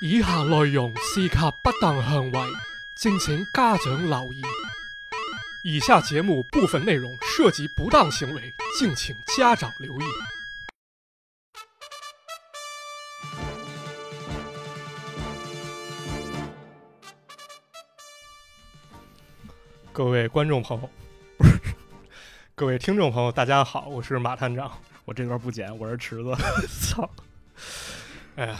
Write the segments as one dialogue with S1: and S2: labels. S1: 以下內容涉及不當行為，敬請家長留意。以下節目部分內容涉及不當行為，敬請家長留意。各位觀眾朋友，不是各位聽眾朋友，大家好，我是马探长。
S2: 我这段不剪，我是 池子。
S1: 操！哎呀，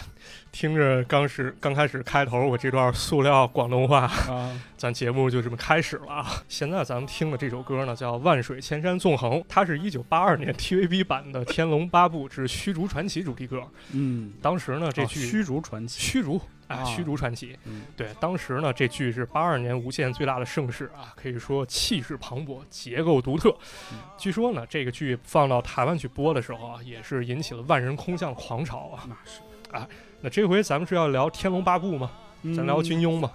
S1: 听着刚是刚开始开头，我这段塑料广东话，
S2: 啊，
S1: 咱节目就这么开始了啊！现在咱们听的这首歌呢，叫《万水千山纵横》，它是一九八二年 TVB 版的《天龙八部之虚竹传奇》主题歌。
S2: 嗯，
S1: 当时呢，这
S2: 这
S1: 剧、
S2: 剧《虚竹传奇》
S1: 虚竹啊，
S2: 啊
S1: 虚竹传奇。
S2: 嗯
S1: 对，当时呢，这剧是八二年无线最大的盛世啊，可以说气势磅礴，结构独特
S2: 嗯。
S1: 据说呢，这个剧放到台湾去播的时候啊，也是引起了万人空巷的狂潮啊。
S2: 那是，
S1: 那这回咱们是要聊《天龙八部》吗？
S2: 嗯
S1: 咱聊金庸吗？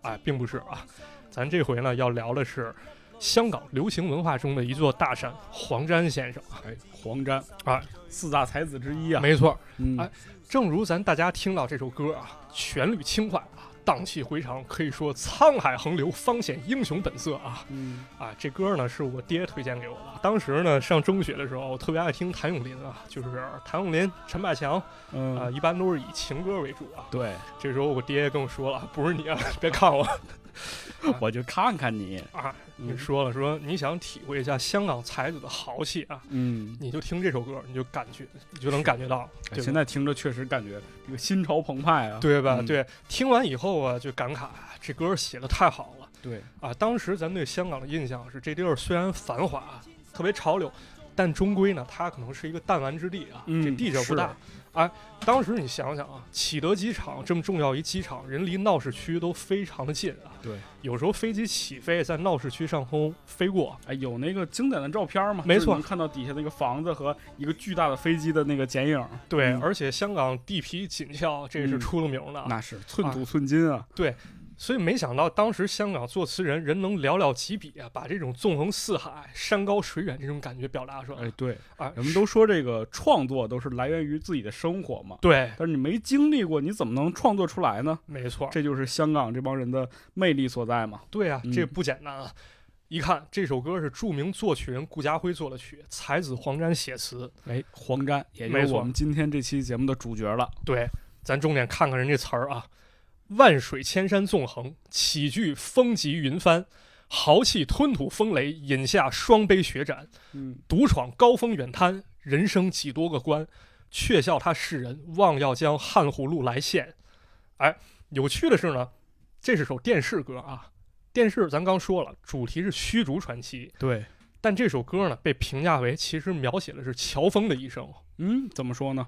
S1: 哎，并不是啊，咱这回呢要聊的是香港流行文化中的一座大山——黄沾先生。
S2: 哎，黄沾
S1: 啊，
S2: 四大才子之一啊。
S1: 没错，
S2: 嗯
S1: 哎正如咱大家听到这首歌啊，旋律轻快啊，荡气回肠，可以说沧海横流，方显英雄本色啊。
S2: 嗯
S1: 啊，这歌呢是我爹推荐给我的。当时呢上中学的时候，我特别爱听谭咏麟啊，就是谭咏麟、陈百强啊，
S2: 嗯，
S1: 一般都是以情歌为主啊。
S2: 对，
S1: 这时候我爹跟我说了，不是你啊，别看我
S2: 我就看看你。
S1: 啊，你
S2: 嗯
S1: 说了说你想体会一下香港才子的豪气啊，
S2: 嗯，
S1: 你就听这首歌，你就感觉你就能感觉到，对
S2: 现
S1: 吧？
S2: 在听着确实感觉这个心潮澎湃啊。
S1: 对吧？
S2: 嗯
S1: 对，听完以后啊，就感慨这歌写的太好了
S2: 对，
S1: 啊！当时咱们对香港的印象是，这地儿虽然繁华，啊特别潮流，但终归呢，它可能是一个弹丸之地啊，
S2: 嗯
S1: 这地界不
S2: 是
S1: 大。哎，当时你想想啊，启德机场这么重要一机场，人离闹市区都非常的近啊。
S2: 对，
S1: 有时候飞机起飞在闹市区上空飞过，
S2: 哎，有那个经典的照片吗？
S1: 没
S2: 就是
S1: 错
S2: 能看到底下那个房子和一个巨大的飞机的那个剪影。
S1: 对，
S2: 嗯
S1: 而且香港地皮紧俏，这是
S2: 嗯
S1: 出了名的。
S2: 那是寸土寸金啊。
S1: 所以没想到当时香港作词人人能寥寥几笔啊，把这种纵横四海、山高水远这种感觉表达出来。
S2: 哎，对，
S1: 啊，
S2: 人们
S1: 是
S2: 都说这个创作都是来源于自己的生活嘛。
S1: 对，
S2: 但是你没经历过，你怎么能创作出来呢？
S1: 没错，
S2: 这就是香港这帮人的魅力所在嘛。
S1: 对啊，
S2: 嗯
S1: 这不简单啊。一看这首歌是著名作曲人顾嘉辉作的曲，才子黄沾写词。
S2: 哎，黄沾，也
S1: 没
S2: 就是
S1: 错
S2: 我们今天这期节目的主角了。
S1: 对，咱重点看看人这词儿啊，万水千山纵横，起句风急云翻，豪气吞吐风雷，饮下双杯血盏。
S2: 嗯，
S1: 独闯高峰远滩，人生几多个关，却笑他世人忘要将汉葫芦来献。哎，有趣的是呢，这是首电视歌啊。电视咱刚说了，主题是虚竹传奇，
S2: 对，
S1: 但这首歌呢被评价为其实描写的是乔峰的一生，
S2: 嗯，怎么说呢？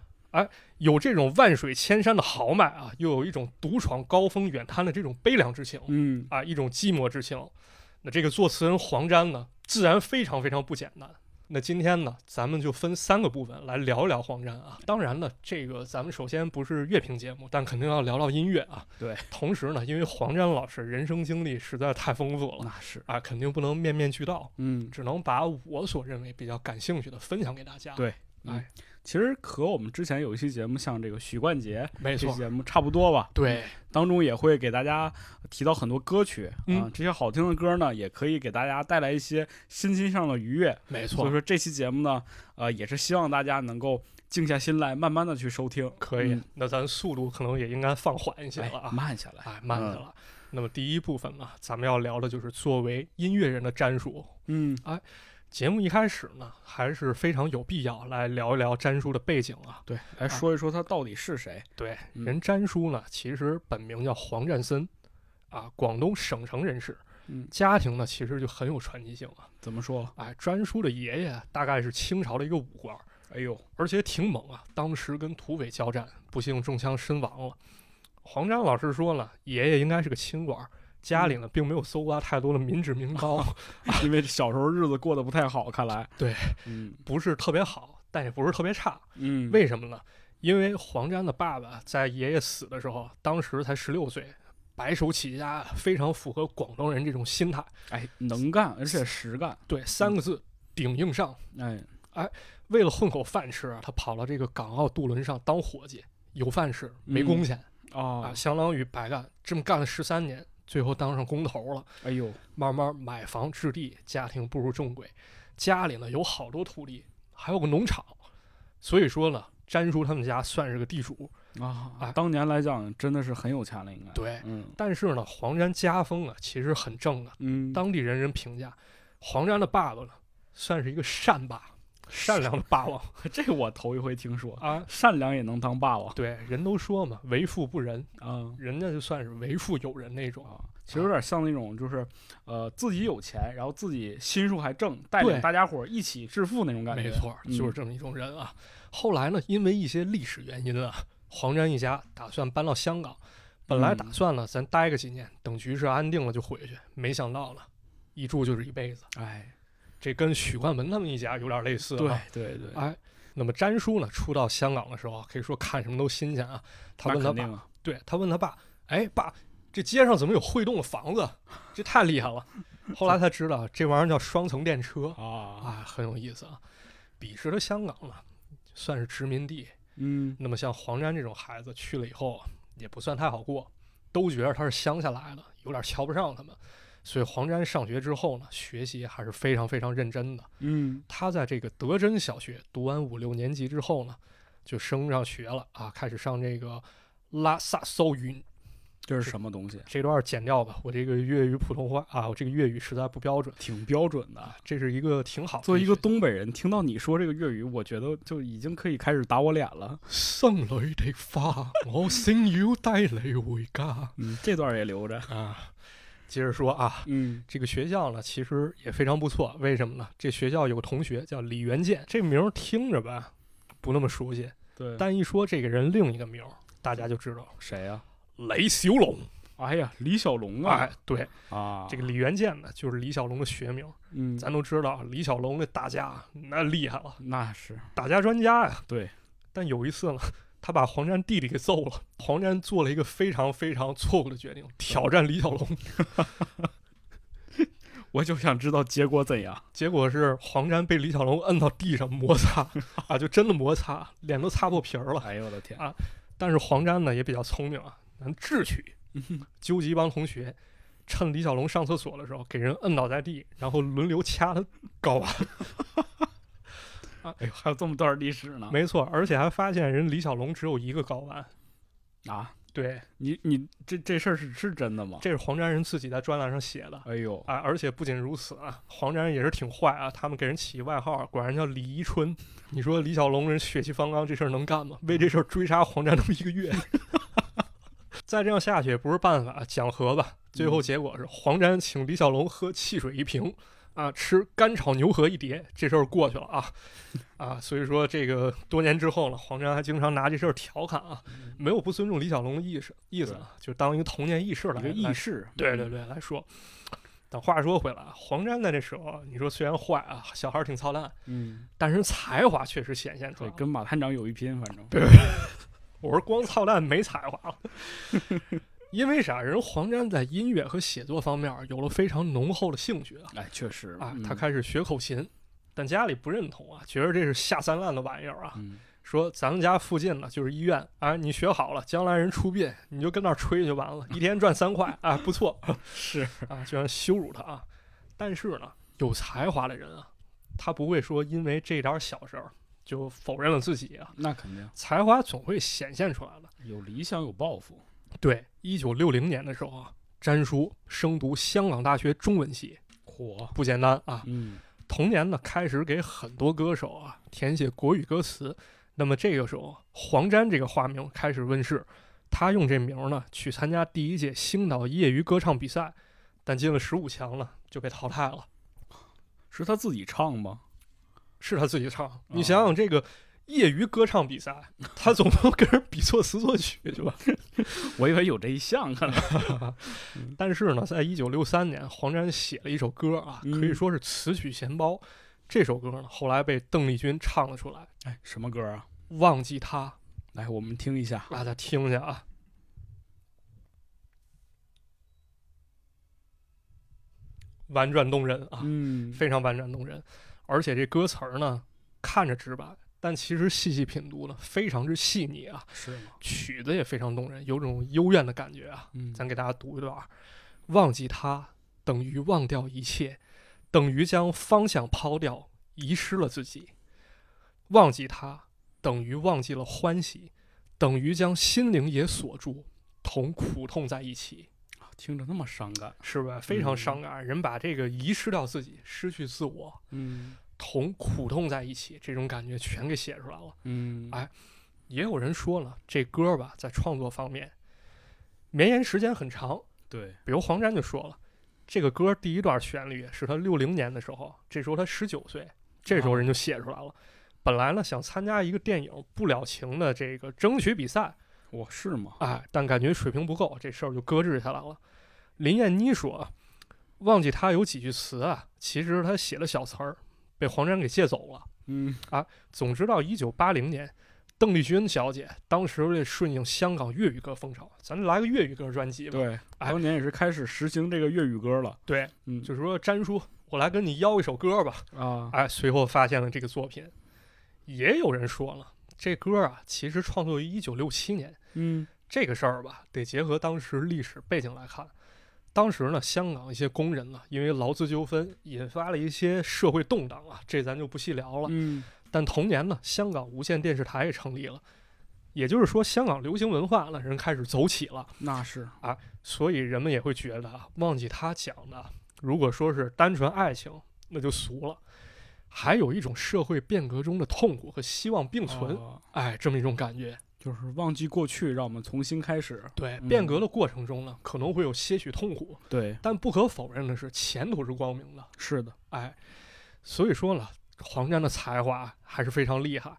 S1: 有这种万水千山的豪迈啊，又有一种独闯高峰远滩的这种悲凉之情
S2: 嗯，
S1: 啊，一种寂寞之情。那这个作词人黄沾呢，自然非常非常不简单。那今天呢，咱们就分三个部分来聊一聊黄沾啊。当然了，这个咱们首先不是乐评节目，但肯定要聊聊音乐啊。
S2: 对，
S1: 同时呢，因为黄沾老师人生经历实在太丰富了
S2: 哦那是，
S1: 啊，肯定不能面面俱到，
S2: 嗯，
S1: 只能把我所认为比较感兴趣的分享给大家。
S2: 对
S1: 哎，
S2: 其实和我们之前有一期节目，像这个许冠杰
S1: 没
S2: 这期
S1: 错，
S2: 节目差不多吧。
S1: 对，
S2: 当中也会给大家提到很多歌曲啊、
S1: 嗯
S2: 这些好听的歌呢，也可以给大家带来一些身心上的愉悦。
S1: 没
S2: 所以
S1: 错，
S2: 说这期节目呢，呃，也是希望大家能够静下心来，慢慢的去收听。
S1: 可以
S2: 嗯。
S1: 那咱速度可能也应该放缓一些了啊
S2: 哎。慢下来。
S1: 哎，慢
S2: 嗯
S1: 下了。那么第一部分呢，咱们要聊的就是作为音乐人的詹叔。
S2: 嗯
S1: 节目一开始呢，还是非常有必要来聊一聊詹叔的背景啊。
S2: 对，来说一说他到底是谁？
S1: 对，
S2: 嗯
S1: 人詹叔呢，其实本名叫黄占森，啊，广东省城人士。
S2: 嗯，
S1: 家庭呢，其实就很有传奇性啊。
S2: 怎么说？
S1: 哎，詹叔的爷爷大概是清朝的一个武官，
S2: 哎呦，
S1: 而且挺猛啊，当时跟土匪交战，不幸中枪身亡了。黄沾老师说了，爷爷应该是个清官，家里呢并没有搜刮太多的民脂民膏，
S2: 因为小时候日子过得不太好，看来。
S1: 对，
S2: 嗯
S1: 不是特别好，但也不是特别差。
S2: 嗯，
S1: 为什么呢？因为黄沾的爸爸在爷爷死的时候，当时才十六岁，白手起家，非常符合广东人这种心态。
S2: 哎能干，而且实干。
S1: 对，三个字，顶硬上。
S2: 哎，
S1: 为了混口饭吃啊，他跑到这个港澳渡轮上当伙计，有饭吃，没工钱。
S2: 哦
S1: 啊，，相当于白干，这么干了十三年，最后当上工头了，
S2: 哎呦，
S1: 慢慢买房置地，家庭步入正轨，家里呢有好多土地，还有个农场，所以说呢，詹叔他们家算是个地主，
S2: 啊
S1: 啊，
S2: 当年来讲真的是很有钱了，应该。
S1: 对
S2: 嗯
S1: 但是呢，黄沾家风啊其实很正的，
S2: 嗯，
S1: 当地人人评价，黄沾的爸爸呢算是一个善霸，善良的霸王
S2: 这我 头一回听说，
S1: 啊。
S2: 善良也能当霸王
S1: 对，人都说嘛，为富不仁，
S2: 啊
S1: 人家就算是为富有人那种。
S2: 啊！其实有点像那种就是，呃，自己有钱，然后自己心术还正，带领
S1: 对
S2: 大家伙儿一起致富那种感觉。
S1: 没错，
S2: 嗯
S1: 就是这么一种人啊。后来呢，因为一些历史原因啊，黄沾一家打算搬到香港，本来打
S2: 嗯
S1: 算呢，咱待个几年，等局势安定了就回去，没想到呢，一住就是一辈子。
S2: 哎，
S1: 这跟许冠文他们一家有点类似、啊。
S2: 对对对，
S1: 哎，那么詹叔呢，初到香港的时候啊，可以说看什么都新鲜啊。他
S2: 那
S1: 问他
S2: 肯
S1: 爸，
S2: 定啊，
S1: 对他问他爸，哎，爸，这街上怎么有会动的房子？这太厉害了。后来他知道这玩意儿叫双层电车
S2: 啊，
S1: 啊，很有意思啊。彼时的香港呢，算是殖民地，
S2: 嗯
S1: 那么像黄沾这种孩子去了以后啊，也不算太好过，都觉得他是乡下来的，有点瞧不上他们。所以黄沾上学之后呢，学习还是非常非常认真的。
S2: 嗯，
S1: 他在这个德珍小学读完五六年级之后呢，就升上学了啊，开始上这个拉萨搜云。
S2: 这是什么东西？
S1: 这段剪掉吧，我这个粤语普通话啊，我这个粤语实在不标准。
S2: 挺标准的。
S1: 这是一个挺好的学校，
S2: 作为一个东北人，听到你说这个粤语，我觉得就已经可以开始打我脸了。
S1: 心里的花，我想要带你回家
S2: 嗯，这段也留着。
S1: 啊。接着说啊，
S2: 嗯，
S1: 这个学校呢，其实也非常不错。为什么呢？这学校有个同学叫李元健，这名儿听着吧不那么熟悉，
S2: 对。
S1: 但一说这个人另一个名儿，大家就知道了
S2: 谁呀、
S1: 雷小龙。
S2: 哎呀，李小龙啊
S1: 哎！，对，
S2: 啊，
S1: 这个李元健呢，就是李小龙的学名。
S2: 嗯，
S1: 咱都知道，李小龙那打架那厉害了，
S2: 那是
S1: 打架专家呀。
S2: 对，
S1: 但有一次呢，他把黄沾弟弟给揍了。黄沾做了一个非常非常错误的决定，挑战李小龙。
S2: 我就想知道结果怎样。
S1: 结果是黄沾被李小龙摁到地上摩擦啊，就真的摩擦，脸都擦破皮儿了。
S2: 哎呦我的天！
S1: 但是黄沾呢也比较聪明啊，能智取，
S2: 嗯
S1: 纠集一帮同学，趁李小龙上厕所的时候给人摁倒在地，然后轮流掐他睾
S2: 啊
S1: 丸。
S2: 哎呦， 还有这么段历史呢？
S1: 没错，而且还发现人李小龙只有一个睾丸。
S2: 啊，
S1: 对，
S2: 你你这这事儿是是真的吗？
S1: 这是黄沾人自己在专栏上写的。
S2: 哎呦，
S1: 啊，而且不仅如此啊，黄沾人也是挺坏啊。他们给人起外号，管人叫李宜春。你说李小龙人血气方刚，这事儿能干吗？为这事儿追杀黄沾那么一个月， 再这样下去也不是办法，讲和吧。最
S2: 嗯
S1: 后结果是黄沾请李小龙喝汽水一瓶，啊，吃干炒牛河一碟，这事儿过去了啊。啊，所以说这个多年之后呢，黄沾还经常拿这事儿调侃啊，
S2: 嗯
S1: 没有不尊重李小龙的意识意思啊，就当一个童年轶事来
S2: 一个
S1: 来
S2: 轶事，
S1: 对对对来说。但话说回来，啊，黄沾在这时候，你说虽然坏啊，小孩儿挺操蛋，
S2: 嗯，
S1: 但是才华确实显现出
S2: 对
S1: 来，了。
S2: 跟马探长有一拼，反正
S1: 对我说光操蛋没才华了， 因为啥？人黄沾在音乐和写作方面儿有了非常浓厚的兴趣啊，
S2: 哎，确实
S1: 啊
S2: 嗯，
S1: 他开始学口琴，但家里不认同啊，觉得这是下三滥的玩意儿啊，
S2: 嗯，
S1: 说咱们家附近呢就是医院，啊，你学好了，将来人出殡你就跟那儿吹就完了，一天赚三块啊，不错，
S2: 是
S1: 啊，居然羞辱他啊！但是呢，有才华的人啊，他不会说因为这点儿小事儿就否认了自己啊，
S2: 那肯定
S1: 才华总会显现出来的。
S2: 有理想有抱负，
S1: 对，一九六零年的时候啊，詹叔升读香港大学中文系，
S2: 火，
S1: 不简单啊！
S2: 嗯，
S1: 同年呢，开始给很多歌手啊填写国语歌词。那么这个时候，黄沾这个化名开始问世，他用这名儿呢去参加第一届星岛业余歌唱比赛，但进了十五强呢就被淘汰了。
S2: 是他自己唱吗？
S1: 是他自己
S2: 啊
S1: 唱。你想想这个业余歌唱比 赛，他总不能跟人比作词作曲去吧？
S2: 我以为有这一项可能，
S1: 但是呢，在一九六三年，黄沾写了一首歌啊，
S2: 嗯
S1: 可以说是词曲钱包。这首歌呢，后来被邓丽君唱了出来，
S2: 哎，什么歌啊？
S1: 《忘记他
S2: 来，我们听一下》，。
S1: 大家听一下啊。婉转动人啊，
S2: 嗯，
S1: 非常婉转动人，而且这歌词儿呢，看着直白，但其实细细品读呢，非常之细腻啊，
S2: 是吗？
S1: 曲子也非常动人，有种幽怨的感觉啊。
S2: 嗯，
S1: 咱给大家读一段啊：忘记他，等于忘掉一切，等于将方向抛掉，遗失了自己；忘记他，等于忘记了欢喜，等于将心灵也锁住，同苦痛在一起，
S2: 听着那么伤感。啊
S1: 是不是非常伤感？人把这个遗失掉自己，失去自我，
S2: 嗯
S1: 同苦痛在一起，这种感觉全给写出来了。
S2: 嗯，
S1: 哎也有人说了，这歌儿吧，在创作方面绵延时间很长，
S2: 对，
S1: 比如黄沾就说了，这个歌第一段旋律是他六零年的时候，这时候他十九岁，这时候人就写出来了。本来呢想参加一个电影《不了情》的这个争取比赛，
S2: 我是吗？
S1: 哎，但感觉水平不够，这事儿就搁置下来了。林燕妮说，忘记他有几句词啊，其实他写的小词儿被黄沾给借走了。
S2: 嗯，
S1: 总之，到一九八零年，邓丽君小姐当时为顺应香港粤语歌风潮，咱来个粤语歌专辑吧。
S2: 对，
S1: 哎
S2: 当年也是开始实行这个粤语歌了。
S1: 对，
S2: 嗯，
S1: 就是说詹叔，我来跟你邀一首歌吧。
S2: 啊，
S1: 哎，随后发现了这个作品，也有人说了，这歌啊，其实创作于一九六七年。
S2: 嗯
S1: 这个事儿吧，得结合当时历史背景来看。当时呢，香港一些工人呢，因为劳资纠纷，引发了一些社会动荡啊，这咱就不细聊了。
S2: 嗯，
S1: 但同年呢，香港无线电视台也成立了，也就是说，香港流行文化呢，人开始走起了，
S2: 那是，
S1: 所以人们也会觉得啊，忘记他讲的，如果说是单纯爱情，那就俗了。还有一种社会变革中的痛苦和希望并存，
S2: 啊
S1: 哎，这么一种感觉。
S2: 就是忘记过去，让我们重新开始。
S1: 对，
S2: 嗯
S1: 变革的过程中呢，可能会有些许痛苦，
S2: 对，
S1: 但不可否认的是，前途是光明的。
S2: 是的，
S1: 哎，所以说呢，黄沾的才华还是非常厉害。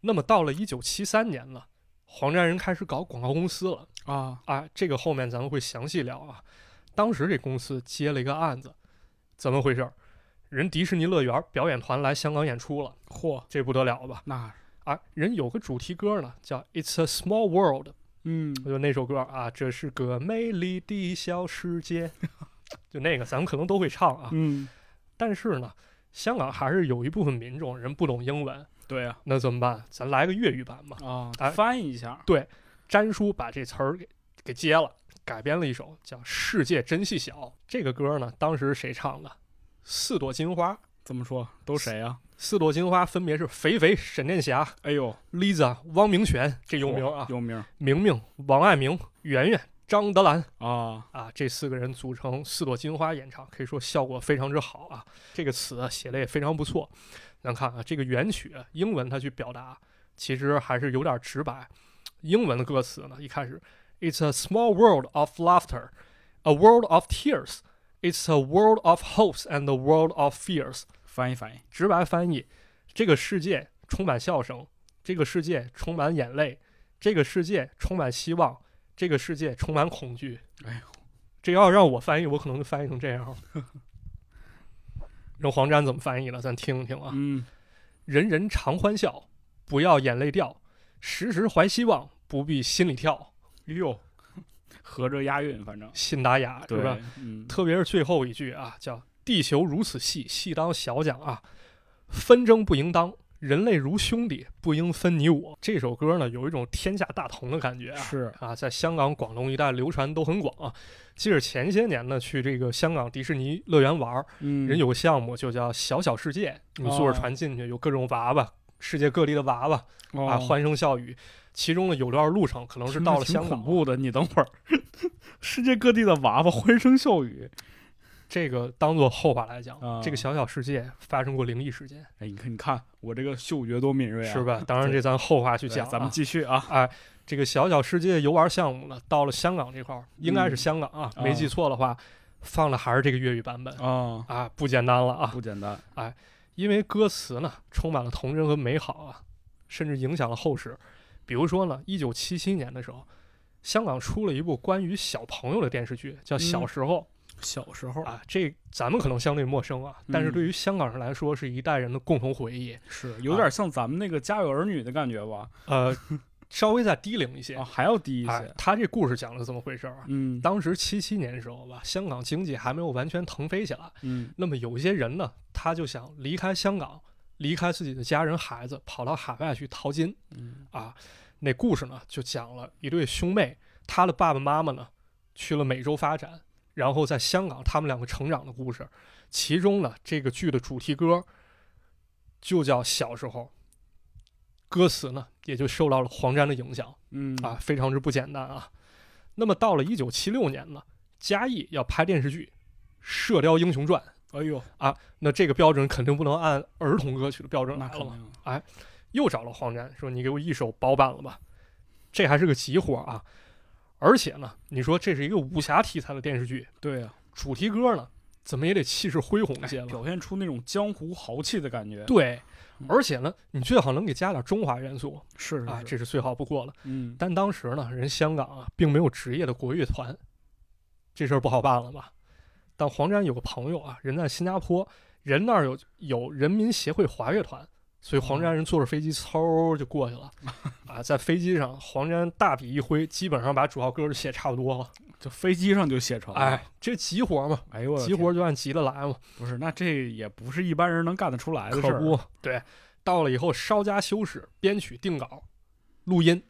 S1: 那么到了一九七三年呢，黄沾人开始搞广告公司了。
S2: 啊，
S1: 哎，这个后面咱们会详细聊啊。当时这公司接了一个案子，怎么回事儿？人迪士尼乐园表演团来香港演出了，
S2: 嚯，
S1: 这不得了吧？
S2: 那，
S1: 啊，人有个主题歌呢，叫《It's a Small World》，
S2: 嗯，
S1: 就那首歌啊，这是个美丽的小世界， 就那个咱们可能都会唱啊。
S2: 嗯，
S1: 但是呢，香港还是有一部分民众人不懂英文，
S2: 对呀，
S1: 那怎么办？咱来个粤语版吧。
S2: 啊
S1: 啊哎，
S2: 翻译一下，
S1: 詹叔把这词儿给给接了，改编了一首叫《世界真细小》。这个歌呢，当时谁唱的？四朵金花，
S2: 怎么说？都谁啊？
S1: 四朵金花分别是肥肥、沈殿霞、
S2: 哎呦，
S1: Lisa、汪明荃，这有名啊，
S2: 有名儿
S1: 明明、王爱明、圆圆、张德兰
S2: 啊，
S1: 啊，这四个人组成四朵金花演唱，可以说效果非常之好啊。这个词啊写的也非常不错。咱看啊，这个原曲英文它去表达，其实还是有点直白。英文的歌词呢，一开始，It's a small world of laughter, a world of tears, it's a world of hopes and a world of fears。
S2: 翻译翻译，
S1: 直白翻译，这个世界充满笑声，这个世界充满眼泪，这个世界充满希望，这个世界充满恐惧。
S2: 哎呦，
S1: 这要让我翻译，我可能就翻译成这样了。让黄沾怎么翻译的，咱听听啊。
S2: 嗯，
S1: 人人常欢笑，不要眼泪掉；时时怀希望，不必心里跳。
S2: 哟，合着押韵，反正
S1: 信达雅是
S2: 对
S1: 吧？？
S2: 嗯，
S1: 特别是最后一句啊，叫“地球如此细，细当小讲啊，纷争不应当，人类如兄弟，不应分你我”。这首歌呢，有一种天下大同的感觉啊。
S2: 嗯是，
S1: 啊，在香港、广东一带流传都很广啊。记着前些年呢，去这个香港迪士尼乐园玩儿，
S2: 嗯，
S1: 人有个项目就叫“小小世界”，你
S2: 哦
S1: 坐着船进去，有各种娃娃，世界各地的娃娃啊，
S2: 啊
S1: 欢声笑语。其中呢，有段路程可能是
S2: 听着
S1: 到了
S2: 挺
S1: 香港
S2: 哦
S1: 啊
S2: 恐，怖的，你等会儿， 世界各地的娃娃欢声笑语。
S1: 这个当做后话来讲，
S2: 啊
S1: 这个小小世界发生过灵异事件，
S2: 哎，你看，你看我这个嗅觉多敏锐啊！
S1: 是吧？当然，
S2: 对
S1: 这咱后话去
S2: 对？
S1: 讲、啊。
S2: 咱们继续啊。
S1: 这个小小世界游玩项目呢，到了香港这块儿，应该是香港啊，
S2: 啊
S1: 没记错的话，放的还是这个粤语版本
S2: 啊，
S1: 啊，不简单了啊，
S2: 不简单。
S1: 因为歌词呢充满了童真和美好啊，甚至影响了后世。比如说呢，一九七七年的时候，香港出了一部关于小朋友的电视剧，叫《小
S2: 嗯
S1: 时候》。
S2: 小时候
S1: 啊，这咱们可能相对陌生啊，但是
S2: 嗯
S1: 对于香港人来说是一代人的共同回忆。
S2: 是有点像咱们那个《家有儿女》的感觉吧？
S1: 呃，稍微再低龄一些
S2: 啊，。还要低一
S1: 哎
S2: 些。，
S1: 他这故事讲的怎么回事啊？
S2: 嗯
S1: 当时七七年的时候吧，香港经济还没有完全腾飞起来，
S2: 嗯
S1: 那么有一些人呢，他就想离开香港，离开自己的家人孩子，跑到海外去淘金。
S2: 嗯
S1: 啊，那故事呢就讲了一对兄妹，他的爸爸妈妈呢去了美洲发展，然后在香港他们两个成长的故事。其中呢，这个剧的主题歌就叫《小时候》，歌词呢也就受到了黄沾的影响
S2: 嗯
S1: 啊，，非常之不简单啊。那么到了一九七六年呢，嘉艺要拍电视剧《射雕英雄传》，
S2: 哎呦，
S1: 那这个标准肯定不能按儿童歌曲的标准
S2: 那
S1: 来
S2: 肯
S1: 了嘛。
S2: 定，
S1: 又找了黄沾，说你给我一手包办了吧，这还是个急活啊！而且呢，你说这是一个武侠题材的电视剧，
S2: 对呀，
S1: 主题歌呢，怎么也得气势恢宏一些
S2: 哎
S1: 吧？
S2: 表现出那种江湖豪气的感觉，
S1: 对
S2: 嗯，
S1: 而且呢，你最好能给加点中华元素
S2: 是
S1: 啊，
S2: 是是，
S1: 这是最好不过了。
S2: 嗯，
S1: 但当时呢，人香港啊，并没有职业的国乐团，这事儿不好办了吧？但黄沾有个朋友啊，人在新加坡，人那儿有有人民协会华乐团，所以
S2: 哦
S1: 黄沾人坐着飞机嗖就过去 了，啊，在飞机上，黄沾大笔一挥，基本上把主要歌儿就写差不多了。
S2: 就飞机上就写成了，
S1: 哎，这急活嘛，
S2: 哎呦我的
S1: 急
S2: 天，
S1: 活就按急的来嘛，
S2: 不是，那这也不是一般人能干得出来的事
S1: 可
S2: 儿，啊
S1: 不，对。到了以后，稍加修饰，编曲、定稿、录音，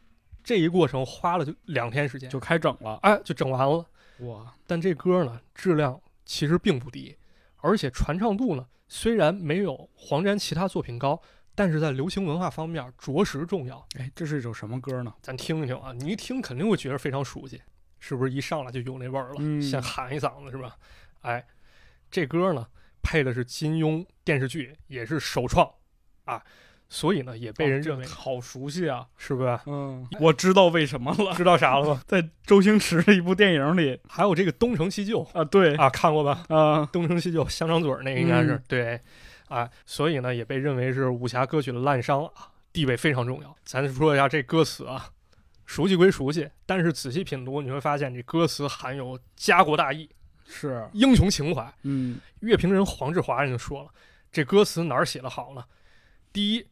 S1: 这一过程花了就两天时间，
S2: 就开整了，
S1: 哎就整完了。
S2: 哇，
S1: 但这歌呢质量其实并不低，而且传唱度呢虽然没有黄沾其他作品高，但是在流行文化方面着实重要。
S2: 哎，这是一首什么歌呢？
S1: 咱听一听啊，你一听肯定会觉得非常熟悉，是不是一上来就有那味儿了？
S2: 嗯
S1: 先喊一嗓子是吧？哎，这歌呢配的是金庸电视剧，也是首创啊，所以呢也被人
S2: 哦这
S1: 认为、
S2: 好熟悉啊，
S1: 是不是？
S2: 嗯，我知道为什么 了，
S1: 知道啥了吗？
S2: 在周星驰的一部电影里
S1: 还有这个《东成西就》
S2: 啊，对
S1: 啊，看过吧？
S2: 啊，
S1: 东成西就香肠嘴儿那个应该是、
S2: 嗯
S1: 对，啊，所以呢也被认为是武侠歌曲的滥觞啊，地位非常重要。咱说一下这歌词啊，熟悉归熟悉，但是仔细品读你会发现这歌词含有家国大义、
S2: 是，
S1: 英雄情怀。
S2: 嗯，
S1: 乐评人黄志华人就说了，这歌词哪儿写得好呢？第一，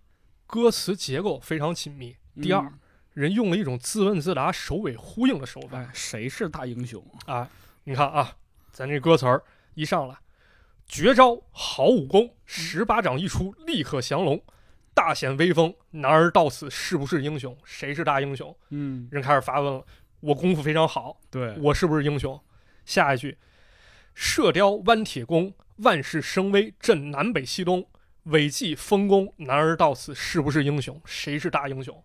S1: 歌词结构非常紧密，第二
S2: 嗯
S1: 人用了一种自问自答、首尾呼应的手法。
S2: 哎，谁是大英雄？
S1: 啊，你看啊，咱这歌词儿一上来，绝招好武
S2: 嗯
S1: 功，十八掌一出立刻降龙，大显威风。男儿到此是不是英雄？谁是大英雄？
S2: 嗯，
S1: 人开始发问了，我功夫非常好，
S2: 对，
S1: 我是不是英雄？下一句，射雕弯铁功，万世生威震南北西东，伟绩丰功。男儿到此是不是英雄？谁是大英雄？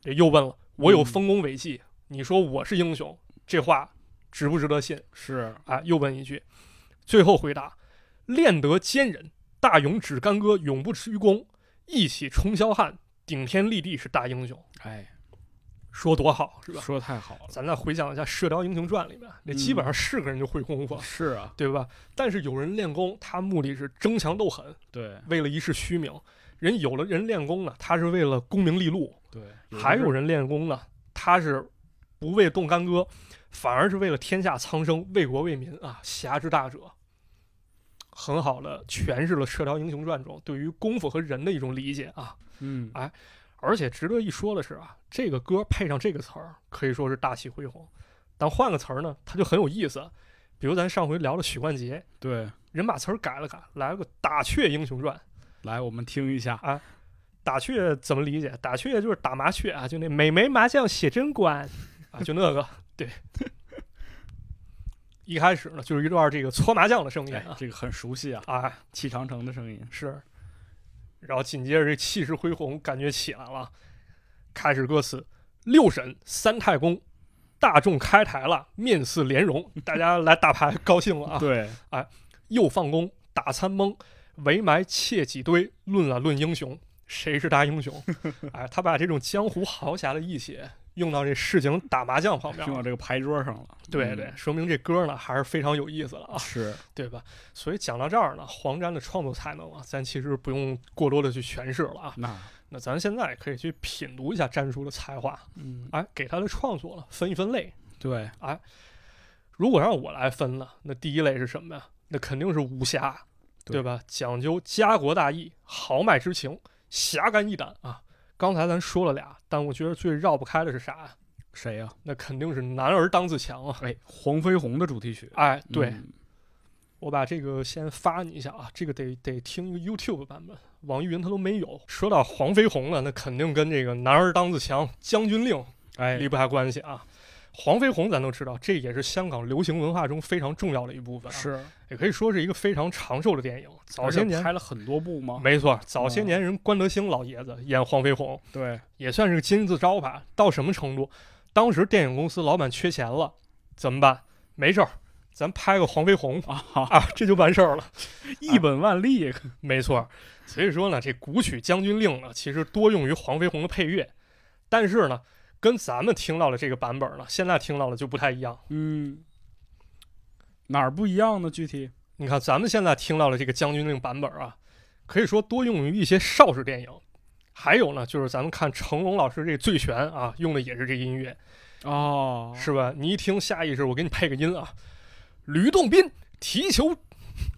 S1: 这又问了，我有
S2: 嗯
S1: 丰功伟绩，你说我是英雄，这话值不值得信？
S2: 是，
S1: 啊，又问一句，最后回答：练得坚忍，大勇只干戈，永不屈躬，一起冲霄汉，顶天立地是大英雄。
S2: 哎，
S1: 说多好是吧？
S2: 说得太好了，
S1: 咱再回想一下《射雕英雄传》里面，那基本上是个人就会功夫，
S2: 是啊，
S1: 对吧？但是有人练功，他目的是争强斗狠，
S2: 对
S1: 为了一世虚名；人有了人练功呢，他是为了功名利禄；
S2: 对，
S1: 还有
S2: 人
S1: 人练功呢，他是不为动干戈，反而是为了天下苍生、为国为民啊，侠之大者。很好的诠释了《射雕英雄传》中对于功夫和人的一种理解啊，
S2: 嗯
S1: 啊而且值得一说的是啊，这个歌配上这个词儿，可以说是大气恢宏。但换个词儿呢，它就很有意思。比如咱上回聊了许冠杰，
S2: 对，
S1: 人把词儿改了改，来了个《打雀英雄传》。
S2: 来，我们听一下，
S1: 打雀怎么理解？打雀就是打麻雀啊，就那美眉麻将写真馆啊，就那个对。 一开始呢，就是一段这个搓麻将的声音
S2: 哎
S1: 啊，，
S2: 这个很熟悉啊，
S1: 啊
S2: 气长城的声音，
S1: 是，然后紧接着这气势恢宏感觉起来了，开始歌词：六神三太公，大众开台了，面似莲蓉，大家来打牌高兴了啊，
S2: 对，
S1: 又放工打参蒙，围埋窃几堆，论啊了论英雄，谁是大英 雄？哎，他把这种江湖豪侠的义气用到这市井打麻将方面
S2: 用到
S1: 了。
S2: 这个牌桌上了，
S1: 对
S2: 嗯
S1: 对，，说明这歌呢还是非常有意思的啊，
S2: 是，
S1: 对吧？所以讲到这儿呢，黄沾的创作才能啊，咱其实不用过多的去诠释了啊。
S2: 那，
S1: 那咱现在可以去品读一下詹叔的才华，
S2: 嗯，
S1: 哎，给他的创作了分一分类。
S2: 对，
S1: 如果让我来分呢，那第一类是什么呀？那肯定是武侠，
S2: 对
S1: 对吧？讲究家国大义、豪迈之情、侠肝义胆啊。刚才咱说了俩，但我觉得最绕不开的是啥呀？
S2: 谁呀？哎
S1: 那肯定是男儿当自强啊！
S2: 哎，黄飞鸿的主题曲，
S1: 哎，对，
S2: 嗯，
S1: 我把这个先发你一下啊，这个得得听一个 YouTube 版本，网易云它都没有。说到黄飞鸿了，那肯定跟这个“男儿当自强”《将军令》
S2: 哎，
S1: 离不开关系啊。黄飞鸿咱都知道，这也是香港流行文化中非常重要的一部分、啊，
S2: 是，
S1: 也可以说是一个非常长寿的电影。早
S2: 而
S1: 些
S2: 且
S1: 年，
S2: 拍了很多部吗？
S1: 没错，早些
S2: 嗯
S1: 年人关德兴老爷子演黄飞鸿，
S2: 对，
S1: 也算是个金字招牌。到什么程度？当时电影公司老板缺钱了，怎么办？没事儿，咱拍个黄飞鸿
S2: 啊，
S1: 啊，这就完事儿了。
S2: 一本万利，
S1: 没错儿，所以说呢，这古曲《将军令》呢，其实多用于黄飞鸿的配乐，但是呢，跟咱们听到的这个版本呢，现在听到的就不太一样。
S2: 嗯，哪儿不一样呢？具体
S1: 你看，咱们现在听到的这个《将军令》版本啊，可以说多用于一些邵氏电影，还有呢，就是咱们看成龙老师这个《醉拳》啊，用的也是这音乐，
S2: 哦，
S1: 是吧？你一听，下意识我给你配个音啊，吕洞宾踢球，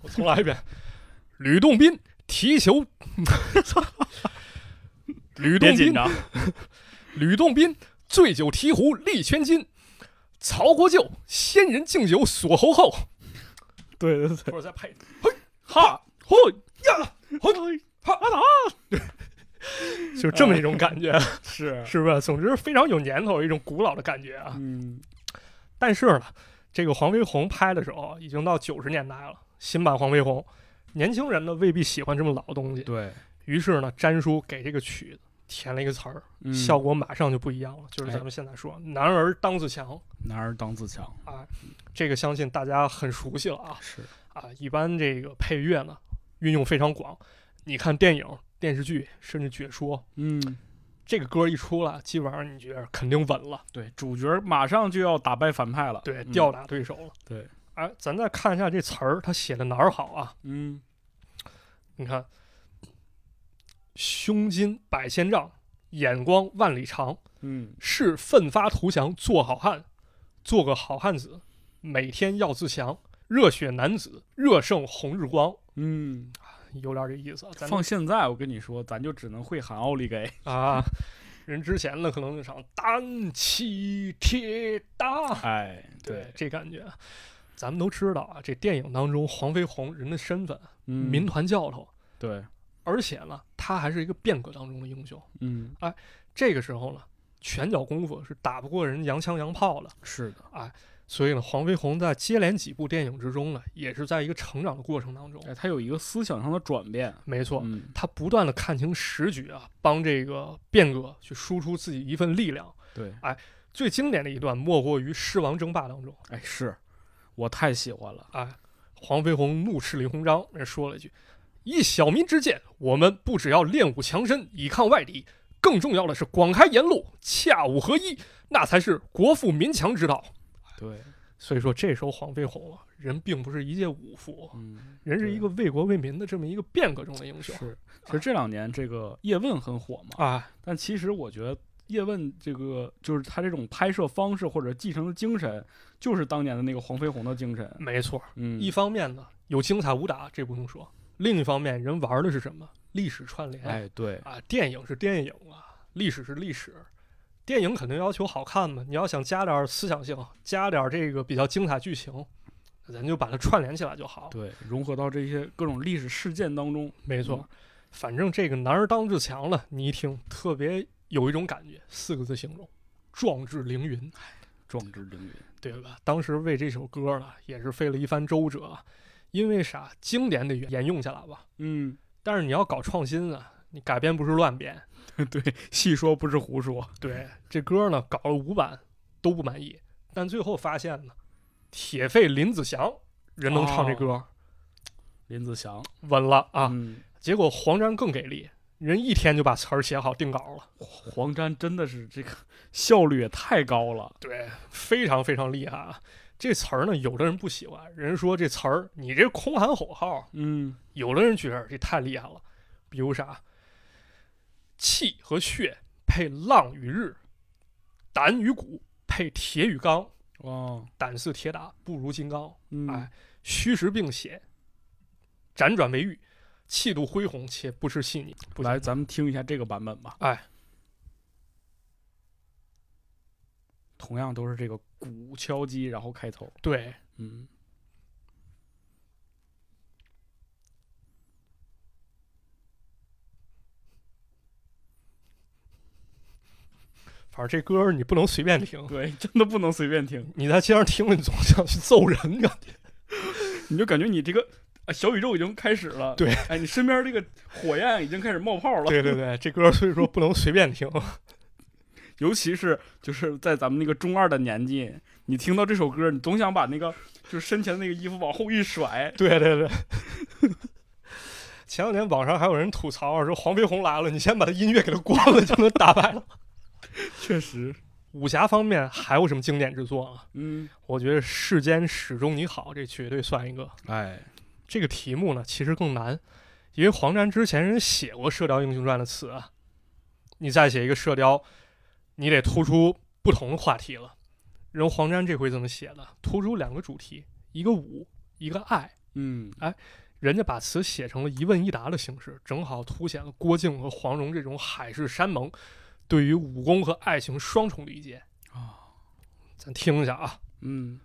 S1: 我重来一遍，吕洞宾踢 球，吕洞
S2: 别紧
S1: 宾
S2: 张，
S1: 吕洞宾醉酒提壶立千金，曹国舅仙人敬酒锁侯后。
S2: 对对对，
S1: 或者再配，嘿哈嘿呀嘿哈哎啊，就这么一种感觉，
S2: 是，啊
S1: 是吧？总之非常有年头，一种古老的感觉啊。
S2: 嗯，
S1: 但是呢，这个黄飞鸿拍的时候已经到九十年代了，新版黄飞鸿，年轻人呢未必喜欢这么老的东西，
S2: 对，
S1: 于是呢，詹叔给这个曲子填了一个词儿，哎
S2: 嗯
S1: 效果马上就不一样了，就是咱们现在说“男儿当自强
S2: 男儿当自强，”
S1: 啊，这个相信大家很熟悉了啊。
S2: 是，
S1: 啊，一般这个配乐呢运用非常广。你看电影、电视剧，甚至解说，
S2: 嗯，
S1: 这个歌一出来，基本上你觉得肯定稳了，
S2: 对，主角马上就要打败反派了，
S1: 对，
S2: 嗯
S1: 吊，打对手了。
S2: 对，
S1: 哎，咱再看一下这词儿，他写的哪儿好啊？
S2: 嗯，
S1: 你看，胸襟百千丈，眼光万里长，
S2: 嗯，
S1: 是奋发图强，做好汉，做个好汉子，每天要自强，热血男子，热胜红日光，
S2: 嗯，
S1: 有点这意思啊。咱
S2: 放现在我跟你说，咱就只能会喊奥利给，
S1: 啊， 人之前呢可能那场单骑铁打，
S2: 哎，
S1: 对，这感觉，啊咱们都知道啊，这电影当中黄飞鸿人的身份，
S2: 嗯
S1: 民，团教头，
S2: 对，
S1: 而且呢，他还是一个变革当中的英雄。
S2: 嗯，
S1: 这个时候呢，拳脚功夫是打不过人洋枪洋炮的，
S2: 是的，
S1: 所以呢，黄飞鸿在接连几部电影之中呢，也是在一个成长的过程当中，
S2: 哎，他有一个思想上的转变，
S1: 没错。
S2: 嗯，
S1: 他不断的看清时局啊，帮这个变革去输出自己一份力量。
S2: 对，
S1: 最经典的一段莫过于狮王争霸当中，
S2: 哎，是我太喜欢了，
S1: 啊，黄飞鸿怒斥李鸿章，人说了一句：“以小民之见，我们不只要练武强身以抗外敌，更重要的是广开言路，洽武合一，那才是国富民强之道。
S2: 对，”
S1: 所以说，这时候黄飞鸿啊，人并不是一介武夫，
S2: 嗯，
S1: 人是
S2: 对
S1: 一个为国为民的这么一个变革中的英雄
S2: 是，其实这两年这个叶问很火嘛，
S1: 啊。
S2: 但其实我觉得叶问这个就是他这种拍摄方式或者继承的精神，就是当年的那个黄飞鸿的精神。
S1: 没错，
S2: 嗯，
S1: 一方面呢有精彩武打，这不用说；另一方面，人玩的是什么？历史串联。
S2: 哎对，
S1: 啊，电影是电影啊，历史是历史，电影肯定要求好看嘛。你要想加点儿思想性，加点儿这个比较精彩剧情，咱就把它串联起来就好。
S2: 对，融合到这些各种历史事件当中。
S1: 没错，
S2: 嗯
S1: 反正这个男儿当自强了，你一听特别有一种感觉，四个字形容：壮志凌云，
S2: 壮志凌云。
S1: 对吧？当时为这首歌呢，也是费了一番周折啊，因为啥？经典得沿用下来吧。
S2: 嗯，
S1: 但是你要搞创新啊，你改编不是乱编。
S2: 对，细说不是胡说。
S1: 对，这歌呢搞了五版都不满意，但最后发现呢，铁肺林子祥人能唱这歌，
S2: 林子祥
S1: 稳了啊。
S2: 嗯
S1: 结果黄沾更给力，人一天就把词儿写好定稿了，
S2: 黄沾真的是这个效率也太高了。
S1: 对，非常非常厉害啊。这词儿呢，有的人不喜欢，人说这词儿你这空喊口号，
S2: 嗯，
S1: 有的人觉得这太厉害了，比如啥，气和血配浪与日，胆与骨配铁与钢，
S2: 哦，
S1: 胆似铁打，不如金刚。
S2: 嗯，
S1: 哎虚实并写，辗转为玉，气度恢宏且不失细腻。不
S2: 来，咱们听一下这个版本吧。
S1: 哎，
S2: 同嗯样都是这个鼓敲击，然后开头。
S1: 对，
S2: 嗯，
S1: 反正这歌儿你不能随便听，
S2: 对，真的不能随便听，
S1: 你在街上听了，你总想去揍人的。
S2: 你就感觉你这个啊小宇宙已经开始了，
S1: 对，
S2: 哎，你身边这个火焰已经开始冒泡了，
S1: 对对对，这歌儿所以说不能随便听。
S2: 尤其是就是在咱们那个中二的年纪，你听到这首歌，你总想把那个就是身前的那个衣服往后一甩，
S1: 对对对。 前两年网上还有人吐槽啊说黄飞鸿来了，你先把他音乐给他关了就能打败了。
S2: 确实，
S1: 武侠方面还有什么经典之作啊？
S2: 嗯，
S1: 我觉得《世间始终你好》这绝对算一个。
S2: 哎，
S1: 这个题目呢其实更难，因为黄沾之前人写过《射雕英雄传》的词啊，你再写一个射雕，你得突出不同的话题了。人黄沾这回怎么写的？突出两个主题，一个武，一个爱。
S2: 嗯，
S1: 人家把词写成了一问一答的形式，正好凸显了郭靖和黄蓉这种海誓山盟对于武功和爱情双重理解
S2: 啊。
S1: 咱听一下啊，
S2: 嗯，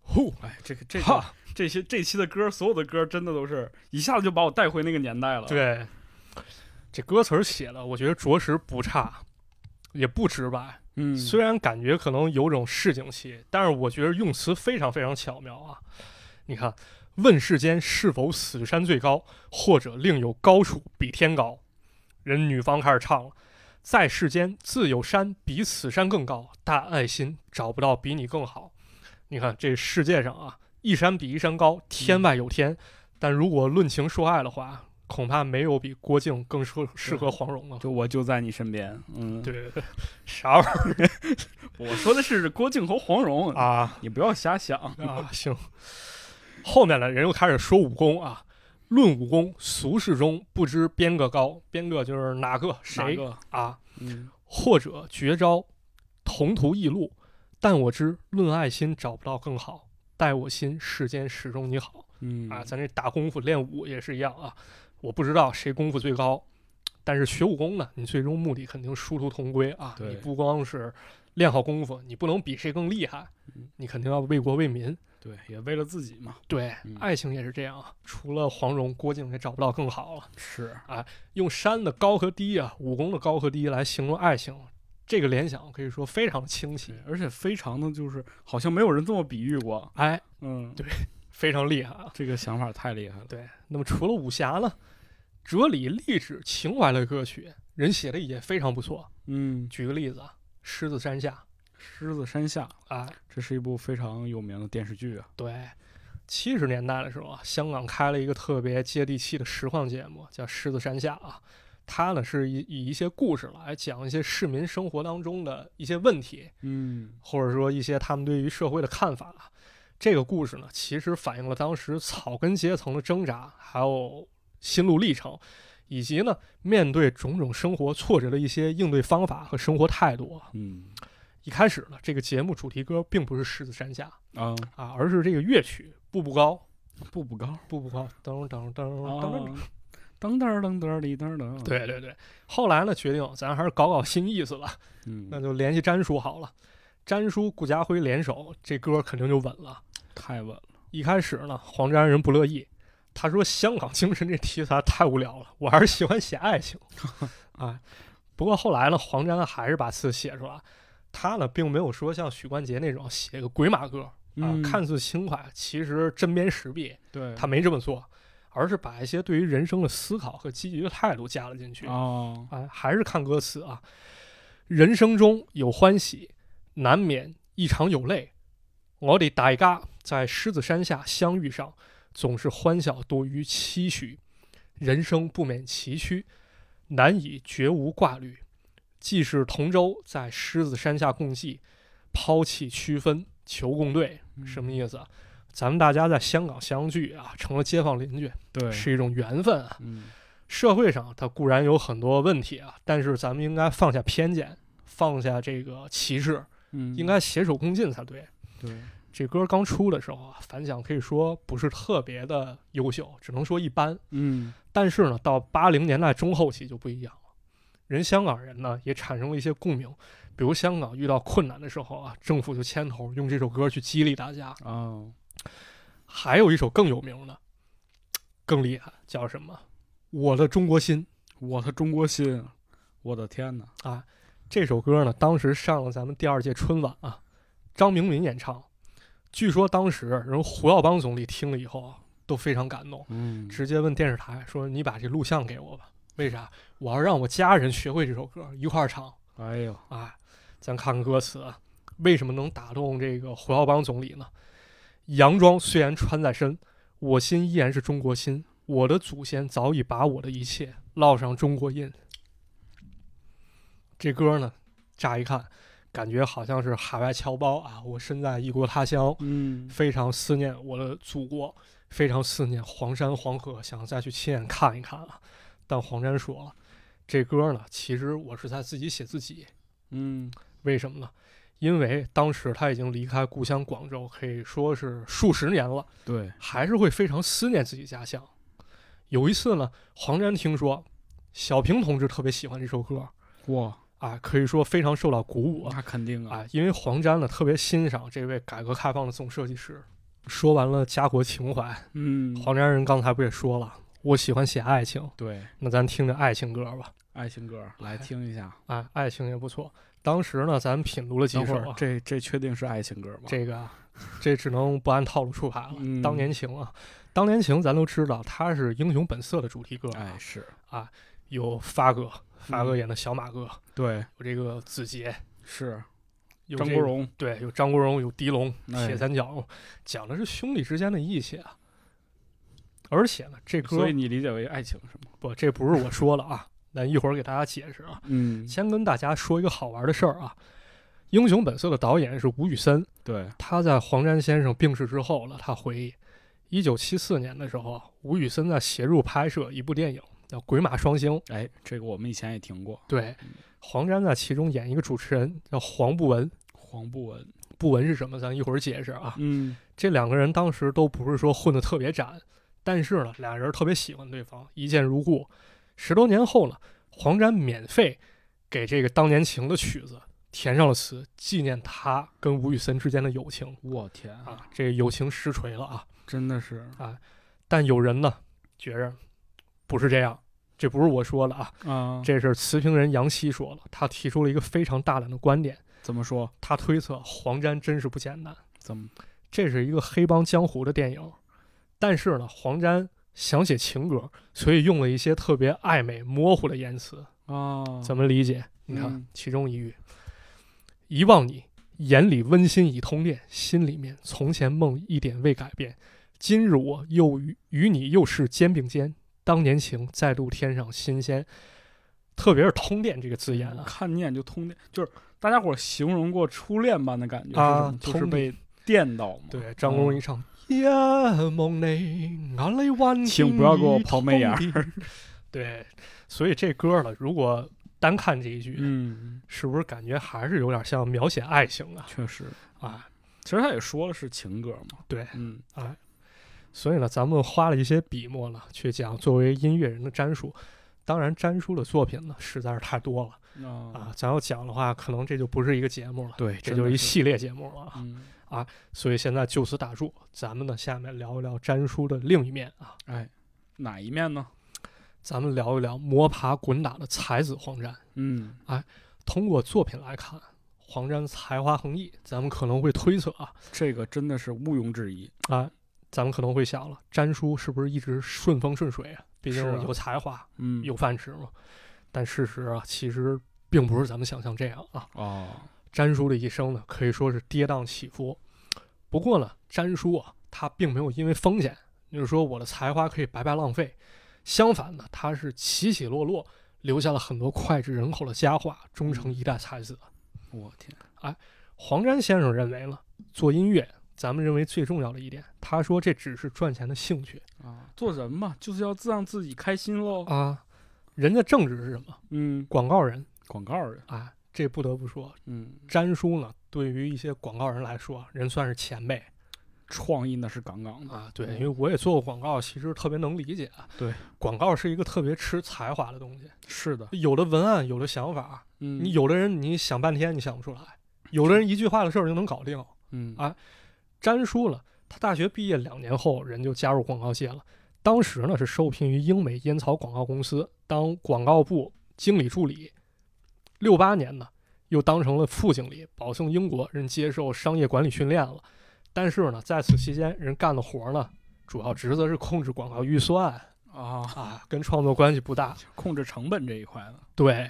S1: 呼
S2: 哎，这个这个
S1: 哈，
S2: 这些这期的歌，所有的歌真的都是一下子就把我带回那个年代了，，
S1: 对，这歌词儿写的，我觉得着实不差，也不直白。
S2: 嗯，
S1: 虽然感觉可能有种市井气，但是我觉得用词非常非常巧妙啊！你看，问世间是否此山最高，或者另有高处比天高？人女方开始唱了，在世间自有山比此山更高，但爱心找不到比你更好。你看这世界上啊，一山比一山高，天外有天。但如果论情说爱的话，恐怕没有比郭靖更适适合黄蓉了。
S2: 就我就在你身边，嗯，，
S1: 对对对，啥玩意
S2: 我说的是郭靖和黄蓉
S1: 儿，啊？
S2: 你不要瞎 想，
S1: 啊， 行。后面呢，人又开始说武功啊，论武功，俗世中不知边个高，边个就是哪个
S2: 哪
S1: 谁
S2: 个，
S1: 啊，
S2: 嗯，
S1: 或者绝招，同途异路。但我知论爱心找不到更好，待我心世间始终你好
S2: 嗯
S1: 啊。咱这打功夫练武也是一样啊，我不知道谁功夫最高，但是学武功呢，你最终目的肯定殊途同归啊。
S2: 对
S1: 你不光是练好功夫，你不能比谁更厉害
S2: 嗯，
S1: 你肯定要为国为民。
S2: 对，也为了自己嘛，
S1: 对，
S2: 嗯
S1: 爱情也是这样啊。除了黄蓉、郭靖，也找不到更好了。
S2: 是，
S1: 用山的高和低啊，武功的高和低来形容爱情，这个联想可以说非常清晰
S2: 对。，而且非常的就是好像没有人这么比喻过，
S1: 哎，
S2: 嗯，
S1: 非常厉害啊。
S2: 这个想法太厉害了。
S1: 对，那么除了武侠呢，哲理、励志、情怀类的歌曲，人写的也非常不错。
S2: 嗯，
S1: 举个例子啊，《狮子山下
S2: 《狮子山下》》
S1: 啊，
S2: 这是一部非常有名的电视剧啊。
S1: 对，七十年代的时候啊，香港开了一个特别接地气的实况节目，叫《狮子山下》啊。它呢是以以一些故事来讲一些市民生活当中的一些问题，
S2: 嗯，
S1: 或者说一些他们对于社会的看法。啊这个故事呢，其实反映了当时草根阶层的挣扎，还有心路历程，以及呢面对种种生活挫折的一些应对方法和生活态度啊。
S2: 嗯，
S1: 一开始呢，这个节目主题歌并不是《狮子山下》
S2: 啊，
S1: 啊，而是这个乐曲《步步高》
S2: 步步高，
S1: 步步高，噔噔噔噔噔。
S2: 啊噔噔噔噔里噔噔。，
S1: 对对对，后来呢，决定咱还是搞搞新意思吧，那
S2: 嗯，
S1: 就联系詹叔好了。詹叔、顾嘉辉联手，这歌肯定就稳了。
S2: 太稳了。
S1: 一开始呢，黄沾人不乐意，他说：“香港精神这题材太无聊了，我还是喜欢写爱 情。”啊，不过后来呢，黄沾还是把词写出来。他呢，并没有说像许冠杰那种写个鬼马歌啊，
S2: 嗯
S1: 看似轻快，其实针砭时弊。
S2: 对，
S1: 他没这么做，而是把一些对于人生的思考和积极的态度加了进去。
S2: 哦，
S1: 哎，还是看歌词啊，人生中有欢喜，难免一场有泪。我哋大家在狮子山下相遇上，总是欢笑多于唏嘘，人生不免崎岖，难以绝无挂虑。既是同舟，在狮子山下共济，抛弃区分，求共对。
S2: 嗯
S1: 什么意思啊？咱们大家在香港相聚啊，成了街坊邻居，
S2: 对，
S1: 是一种缘分啊。
S2: 嗯，
S1: 社会上它固然有很多问题啊，但是咱们应该放下偏见，放下这个歧视，
S2: 嗯，
S1: 应该携手共进才对。
S2: 对，
S1: 这歌刚出的时候啊，反响可以说不是特别的优秀，只能说一般。
S2: 嗯，
S1: 但是呢，到八零年代中后期就不一样了，人香港人呢也产生了一些共鸣，比如香港遇到困难的时候啊，政府就牵头用这首歌去激励大家。
S2: 哦，
S1: 还有一首更有名的，更厉害，叫什么？我的中国心。
S2: 我的中国心，我的天哪！
S1: 这首歌呢，当时上了咱们第二届春晚啊，张明敏演唱。据说当时人胡耀邦总理听了以后啊，都非常感动，
S2: 嗯
S1: 直接问电视台说：“你把这录像给我吧，为啥？我要让我家人学会这首歌，一块儿唱。
S2: 哎呦，”
S1: 啊，咱看看歌词，啊为什么能打动这个胡耀邦总理呢？洋装虽然穿在身，我心依然是中国心。我的祖先早已把我的一切烙上中国印。这歌呢，乍一看感觉好像是海外侨胞啊，我身在异国他乡，
S2: 嗯，
S1: 非常思念我的祖国，非常思念黄山黄河，想再去亲眼看一看啊。但黄沾说了，这歌呢，其实我是在自己写自己，
S2: 嗯，
S1: 为什么呢？因为当时他已经离开故乡广州，可以说是数十年了，
S2: 对，
S1: 还是会非常思念自己家乡。有一次呢，黄沾听说小平同志特别喜欢这首歌，
S2: 哇，
S1: 啊，可以说非常受到鼓舞啊。
S2: 那肯定啊，
S1: 啊，因为黄沾呢特别欣赏这位改革开放的总设计师。说完了家国情怀，
S2: 嗯，
S1: 黄沾人刚才不也说了，我喜欢写爱情，
S2: 对，
S1: 那咱听着爱情歌吧。
S2: 爱情歌来
S1: 哎
S2: 听一下。
S1: 啊，爱情也不错。当时呢，咱们品读了几
S2: 等会
S1: 首
S2: 儿
S1: 啊，
S2: 这这确定是爱情歌吗？
S1: 这个啊这只能不按套路出牌了。
S2: 嗯
S1: 当年情啊，当年情咱都知道，它是《英雄本色》的主题歌，
S2: 哎是，
S1: 有发哥，发哥
S2: 嗯
S1: 演的小马哥，
S2: 对，
S1: 有这个子杰，
S2: 是
S1: 有
S2: 张
S1: 这
S2: 国
S1: 个
S2: 荣，
S1: 对，有张国荣，有狄龙，
S2: 哎
S1: 铁三角，讲的是兄弟之间的义气啊。而且呢，这歌
S2: 所以你理解为爱情是吗？
S1: 不，这不是我说了啊，咱一会儿给大家解释啊。
S2: 嗯，
S1: 先跟大家说一个好玩的事儿啊，《英雄本色》的导演是吴宇森，
S2: 对，
S1: 他在黄沾先生病逝之后了，他回忆，一九七四年的时候，吴宇森在协助拍摄一部电影叫《鬼马双星》，
S2: 哎，这个我们以前也听过，
S1: 对，黄沾在其中演一个主持人叫黄布文，
S2: 黄不文，
S1: 布文是什么？咱一会儿解释啊。
S2: 嗯，
S1: 这两个人当时都不是说混得特别展，但是呢，俩人特别喜欢对方，一见如故。十多年后呢，黄沾免费给这个《当年情》的曲子填上了词，纪念他跟吴宇森之间的友情
S2: 我天啊，
S1: 啊。这友情实锤了啊！
S2: 真的是
S1: 但有人呢，觉着不是这样，这不是我说的啊，
S2: 啊，
S1: 这是词评人杨希说了，他提出了一个非常大胆的观点，
S2: 怎么说？
S1: 他推测黄沾真是不简单。
S2: 怎么？
S1: 这是一个黑帮江湖的电影，但是呢，黄沾想写情歌，所以用了一些特别暧昧、模糊的言辞。
S2: 啊，
S1: 怎么理解？你看，
S2: 嗯
S1: 其中一句：“遗忘你，眼里温馨已通电，心里面从前梦一点未改变。今日我又与与你又是肩并肩，当年情再度添上新鲜。”特别是“通电”这个字眼
S2: 我
S1: 啊，
S2: 看念就通电，就是大家伙儿形容过初恋般的感觉是
S1: 啊
S2: 什么？就是
S1: 通
S2: 被嗯电嗯到嘛。
S1: 对，张国荣一唱《夜梦里》，眼泪弯，
S2: 请不要给我抛媚眼儿。
S1: 对，所以这歌呢，如果单看这一句，
S2: 嗯，
S1: 是不是感觉还是有点像描写爱情啊？
S2: 确实，
S1: 啊，
S2: 其实他也说了是情歌嘛。
S1: 对
S2: 嗯，
S1: 所以呢，咱们花了一些笔墨呢，去讲作为音乐人的詹叔。当然，詹叔的作品呢实在是太多了
S2: 啊，
S1: 啊，咱要讲的话，可能这就不是一个节目了，
S2: 对，
S1: 这
S2: 真
S1: 就
S2: 的
S1: 一
S2: 是。
S1: 系列节目了啊。
S2: 嗯，
S1: 所以现在就此打住，咱们呢下面聊一聊詹叔的另一面啊。
S2: 哎，哪一面呢？
S1: 咱们聊一聊摸爬滚打的才子黄沾。
S2: 嗯，
S1: 通过作品来看，黄沾才华横溢，咱们可能会推测啊，
S2: 这个真的是毋庸置疑。
S1: 啊，咱们可能会想了，詹叔是不是一直顺风顺水啊？毕竟
S2: 是啊
S1: 有才华，
S2: 嗯，
S1: 有饭吃嘛。但事实啊，其实并不是咱们想象这样啊。
S2: 哦，
S1: 詹叔的一生呢，可以说是跌宕起伏。不过呢，詹叔啊，他并没有因为风险，就是说我的才华可以白白浪费。相反呢，他是起起落落，留下了很多脍炙人口的佳话，终成一代才子。
S2: 我天，
S1: 黄沾先生认为呢，做音乐，咱们认为最重要的一点，他说这只是赚钱的兴趣
S2: 啊，做人嘛，就是要自让自己开心喽。
S1: 啊。人家正职是什么？
S2: 嗯，
S1: 广告人
S2: 广告人，
S1: 啊。这不得不说，
S2: 嗯，
S1: 詹叔呢，对于一些广告人来说，啊人算是前辈
S2: 创意那是杠杠的。
S1: 啊。对，
S2: 嗯
S1: 因为我也做过广告，其实特别能理解啊。
S2: 对，
S1: 广告是一个特别吃才华的东西，
S2: 是的，
S1: 有的文案，有的想法，
S2: 嗯，
S1: 你有的人你想半天你想不出来，有的人一句话的事儿就能搞定。
S2: 嗯
S1: 啊詹叔了，他大学毕业两年后人就加入广告界了。当时呢是受聘于英美烟草广告公司当广告部经理助理。六八年呢，又当成了副经理，保送英国，人接受商业管理训练了。但是呢，在此期间，人干的活儿呢，主要职责是控制广告预算
S2: 啊，
S1: 啊，跟创作关系不大。
S2: 控制成本这一块了。
S1: 对，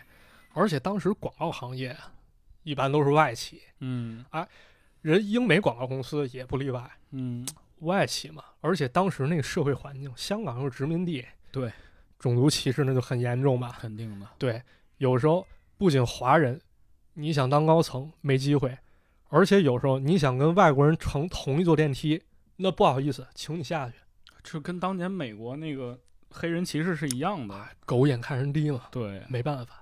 S1: 而且当时广告行业啊一般都是外企，
S2: 嗯
S1: 人英美广告公司也不例外。
S2: 嗯，
S1: 外企嘛，而且当时那个社会环境，香港又是殖民地，
S2: 对，
S1: 种族歧视那就很严重吧？
S2: 肯定的。
S1: 对，有时候不仅华人，你想当高层没机会，而且有时候你想跟外国人乘同一座电梯，那不好意思，请你下去，
S2: 这跟当年美国那个黑人歧视是一样的。
S1: 狗眼看人低嘛，
S2: 哎对，
S1: 没办法。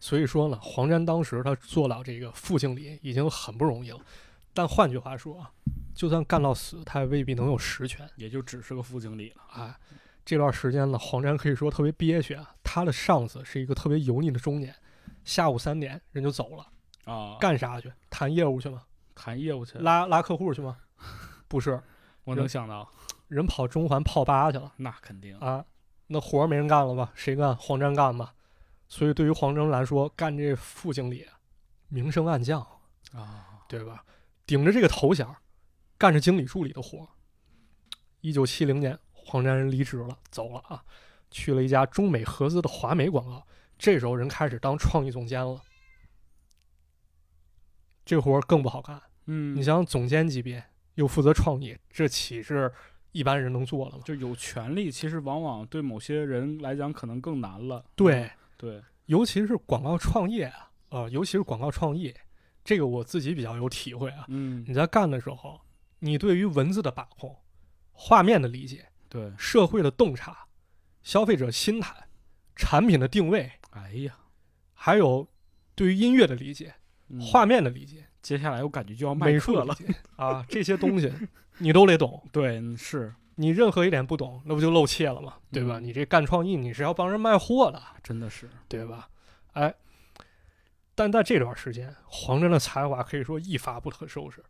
S1: 所以说呢，黄沾当时他做到这个副经理已经很不容易了，但换句话说啊，就算干到死，他也未必能有实权。
S2: 也就只是个副经理了。
S1: 哎，这段时间呢，黄沾可以说特别憋屈啊。他的上司是一个特别油腻的中年，下午三点人就走了，
S2: 啊，
S1: 干啥去？谈业务去吗？
S2: 谈业务去，
S1: 拉拉客户去吗？不是，
S2: 我能想到，
S1: 人跑中环泡吧去了
S2: 那肯定。
S1: 啊。那活儿没人干了吧？谁干？黄沾干吧。所以对于黄沾来说，干这副经理，啊明升暗降，
S2: 啊，
S1: 对吧？顶着这个头衔儿，干着经理助理的活儿。一九七零年，黄沾人离职了，走了啊，去了一家中美合资的华美广告。这时候人开始当创意总监了，这活儿更不好干。
S2: 嗯，
S1: 你想想，总监级别又负责创意，这岂是一般人能做的吗？
S2: 就有权利，其实往往对某些人来讲可能更难了。
S1: 对，
S2: 对，
S1: 尤其是广告创业啊，呃，尤其是广告创意，这个我自己比较有体会啊。
S2: 嗯，
S1: 你在干的时候，你对于文字的把控、画面的理解、
S2: 对。
S1: 社会的洞察、消费者心态、产品的定位，
S2: 哎呀，
S1: 还有对于音乐的理解、
S2: 嗯
S1: 画面的理解、
S2: 接下来我感觉就要卖
S1: 美术
S2: 课
S1: 的
S2: 了。
S1: 理解啊，这些东西你都得懂。
S2: 对，嗯是
S1: 你任何一点不懂，那不就露怯了吗？对吧？
S2: 嗯
S1: 你这干创意，你是要帮人卖货的，
S2: 真的是，
S1: 对吧？哎，但在这段时间，黄沾的才华可以说一发不可收拾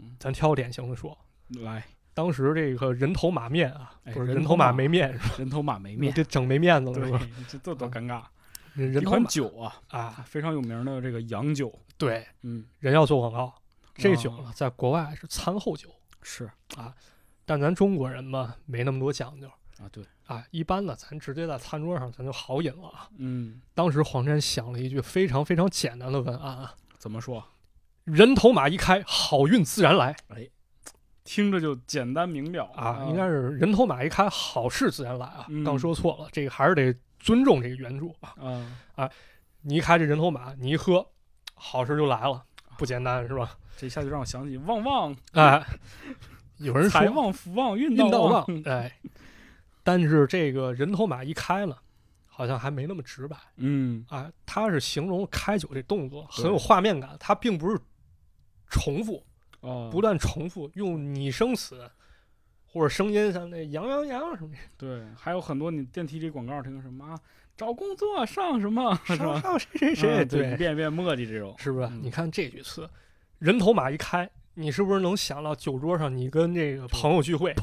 S2: 嗯。
S1: 咱挑典型的说，
S2: 来，
S1: 当时这个人头马面啊，
S2: 哎
S1: 不是
S2: 人
S1: 人
S2: 头
S1: 头马
S2: 马
S1: 没面，
S2: 人头马没面，
S1: 这整没面子了，
S2: 对
S1: 是吧？，啊
S2: 这这多尴尬。
S1: 人
S2: 一
S1: 人头
S2: 款
S1: 马
S2: 酒啊，
S1: 啊，
S2: 非常有名的这个洋酒，
S1: 对，
S2: 嗯，
S1: 人要做广告，这酒
S2: 啊
S1: 呢，在国外是餐后酒，
S2: 是
S1: 但咱中国人嘛，没那么多讲究
S2: 啊，对，
S1: 啊，一般呢，咱直接在餐桌上咱就豪饮了啊。
S2: 嗯，
S1: 当时黄沾想了一句非常非常简单的文案啊：
S2: 怎么说？
S1: 人头马一开，好运自然来
S2: 听着就简单明了
S1: 啊，应该是人头马一开，好事自然来啊
S2: 哦嗯。
S1: 刚说错了，这个还是得尊重这个原著啊。
S2: 啊，
S1: 你一开这人头马，你一喝，好事就来了，不简单是吧？
S2: 这一下就让我想起旺旺，
S1: 哎，有人说
S2: 财旺福旺运啊
S1: 运
S2: 到
S1: 到旺，哎，但是这个人头马一开呢，好像还没那么直白
S2: 嗯，
S1: 啊。它是形容开酒这动作很
S2: 对
S1: 有画面感，它并不是重复，
S2: 哦，
S1: 不断重复用拟声词或者声音，像那羊羊羊什么的，
S2: 对，还有很多你电梯里广告听什么啊找工作上什么 是
S1: 上
S2: 吧？
S1: 上谁谁谁，
S2: 啊对，一，遍一遍磨叽这种，
S1: 是不是？
S2: 嗯
S1: 你看这句词，人头马一开。你是不是能想到酒桌上你跟这个朋友聚会，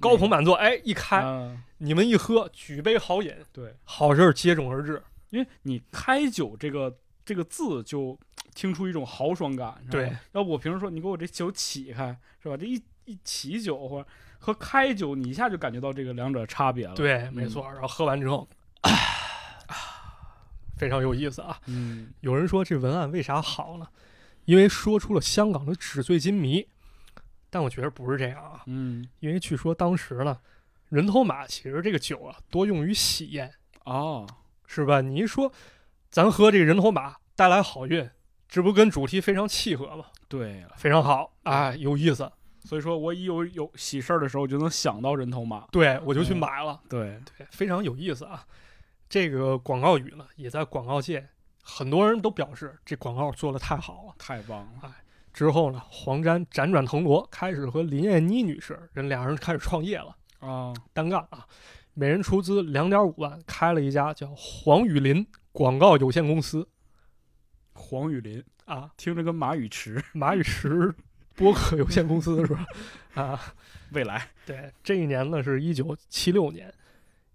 S1: 高朋满座，哎，一开、
S2: 嗯啊，
S1: 你们一喝，举杯豪饮，
S2: 对，
S1: 好事儿接踵而至。
S2: 因为你开酒这个这个字就听出一种豪爽感，是吧
S1: 对，
S2: 要不我平时说你给我这酒起开，是吧？这一一起酒或者和开酒，你一下就感觉到这个两者差别了。，
S1: 对，没错。然后喝完之后，啊非常有意思啊。
S2: 嗯，
S1: 有人说这文案为啥好呢？因为说出了香港的纸醉金迷，但我觉得不是这样啊。
S2: 嗯，
S1: 因为据说当时呢，人头马其实这个酒啊，多用于喜宴，
S2: 哦，
S1: 是吧？你一说咱喝这个人头马带来好运，这不跟主题非常契合吗？
S2: 对了，
S1: 非常好啊，有意思。
S2: 所以说我一有有喜事儿的时候，我就能想到人头马。
S1: 对我就去
S2: 嗯
S1: 买了。
S2: 对，
S1: 对，非常有意思啊。这个广告语呢，也在广告界，很多人都表示这广告做的太好了。
S2: 太棒了。
S1: 之后呢，黄沾辗转腾挪，开始和林燕妮女士人俩人开始创业了，
S2: 啊、
S1: 单干啊，每人出资两点五万，开了一家叫黄雨林广告有限公司
S2: 黄雨林
S1: 啊，
S2: 听着跟马雨池
S1: 马宇驰播客有限公司是吧？ 啊，
S2: 未来，
S1: 对，这一年呢是一九七六年，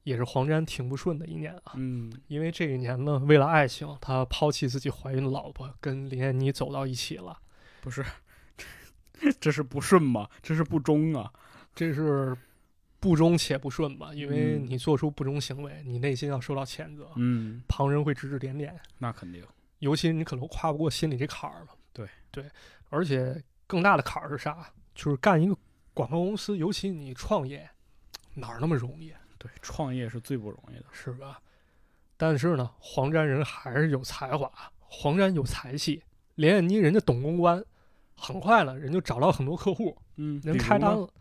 S1: 也是黄沾挺不顺的一年啊。
S2: 嗯
S1: 因为这一年呢，为了爱情，他抛弃自己怀孕的老婆，跟林燕妮走到一起了。
S2: 这是不顺吗？这是不忠啊！
S1: 这是不忠且不顺吧？因为
S2: 嗯
S1: 你做出不忠行为，你内心要受到谴责，
S2: 嗯，
S1: 旁人会指指点点，
S2: 那肯定。
S1: 尤其你可能跨不过心里这坎儿嘛。
S2: 对
S1: 对，而且更大的坎儿是啥？就是干一个广告公司，尤其你创业，哪儿那么容易，啊
S2: 对，创业是最不容易的。
S1: 是吧？但是呢，黄沾人还是有才华，黄沾有才气，连燕妮人家懂公关，很快呢，人就找到很多客户，
S2: 嗯，
S1: 人
S2: 比如
S1: 开单
S2: 呢
S1: 了，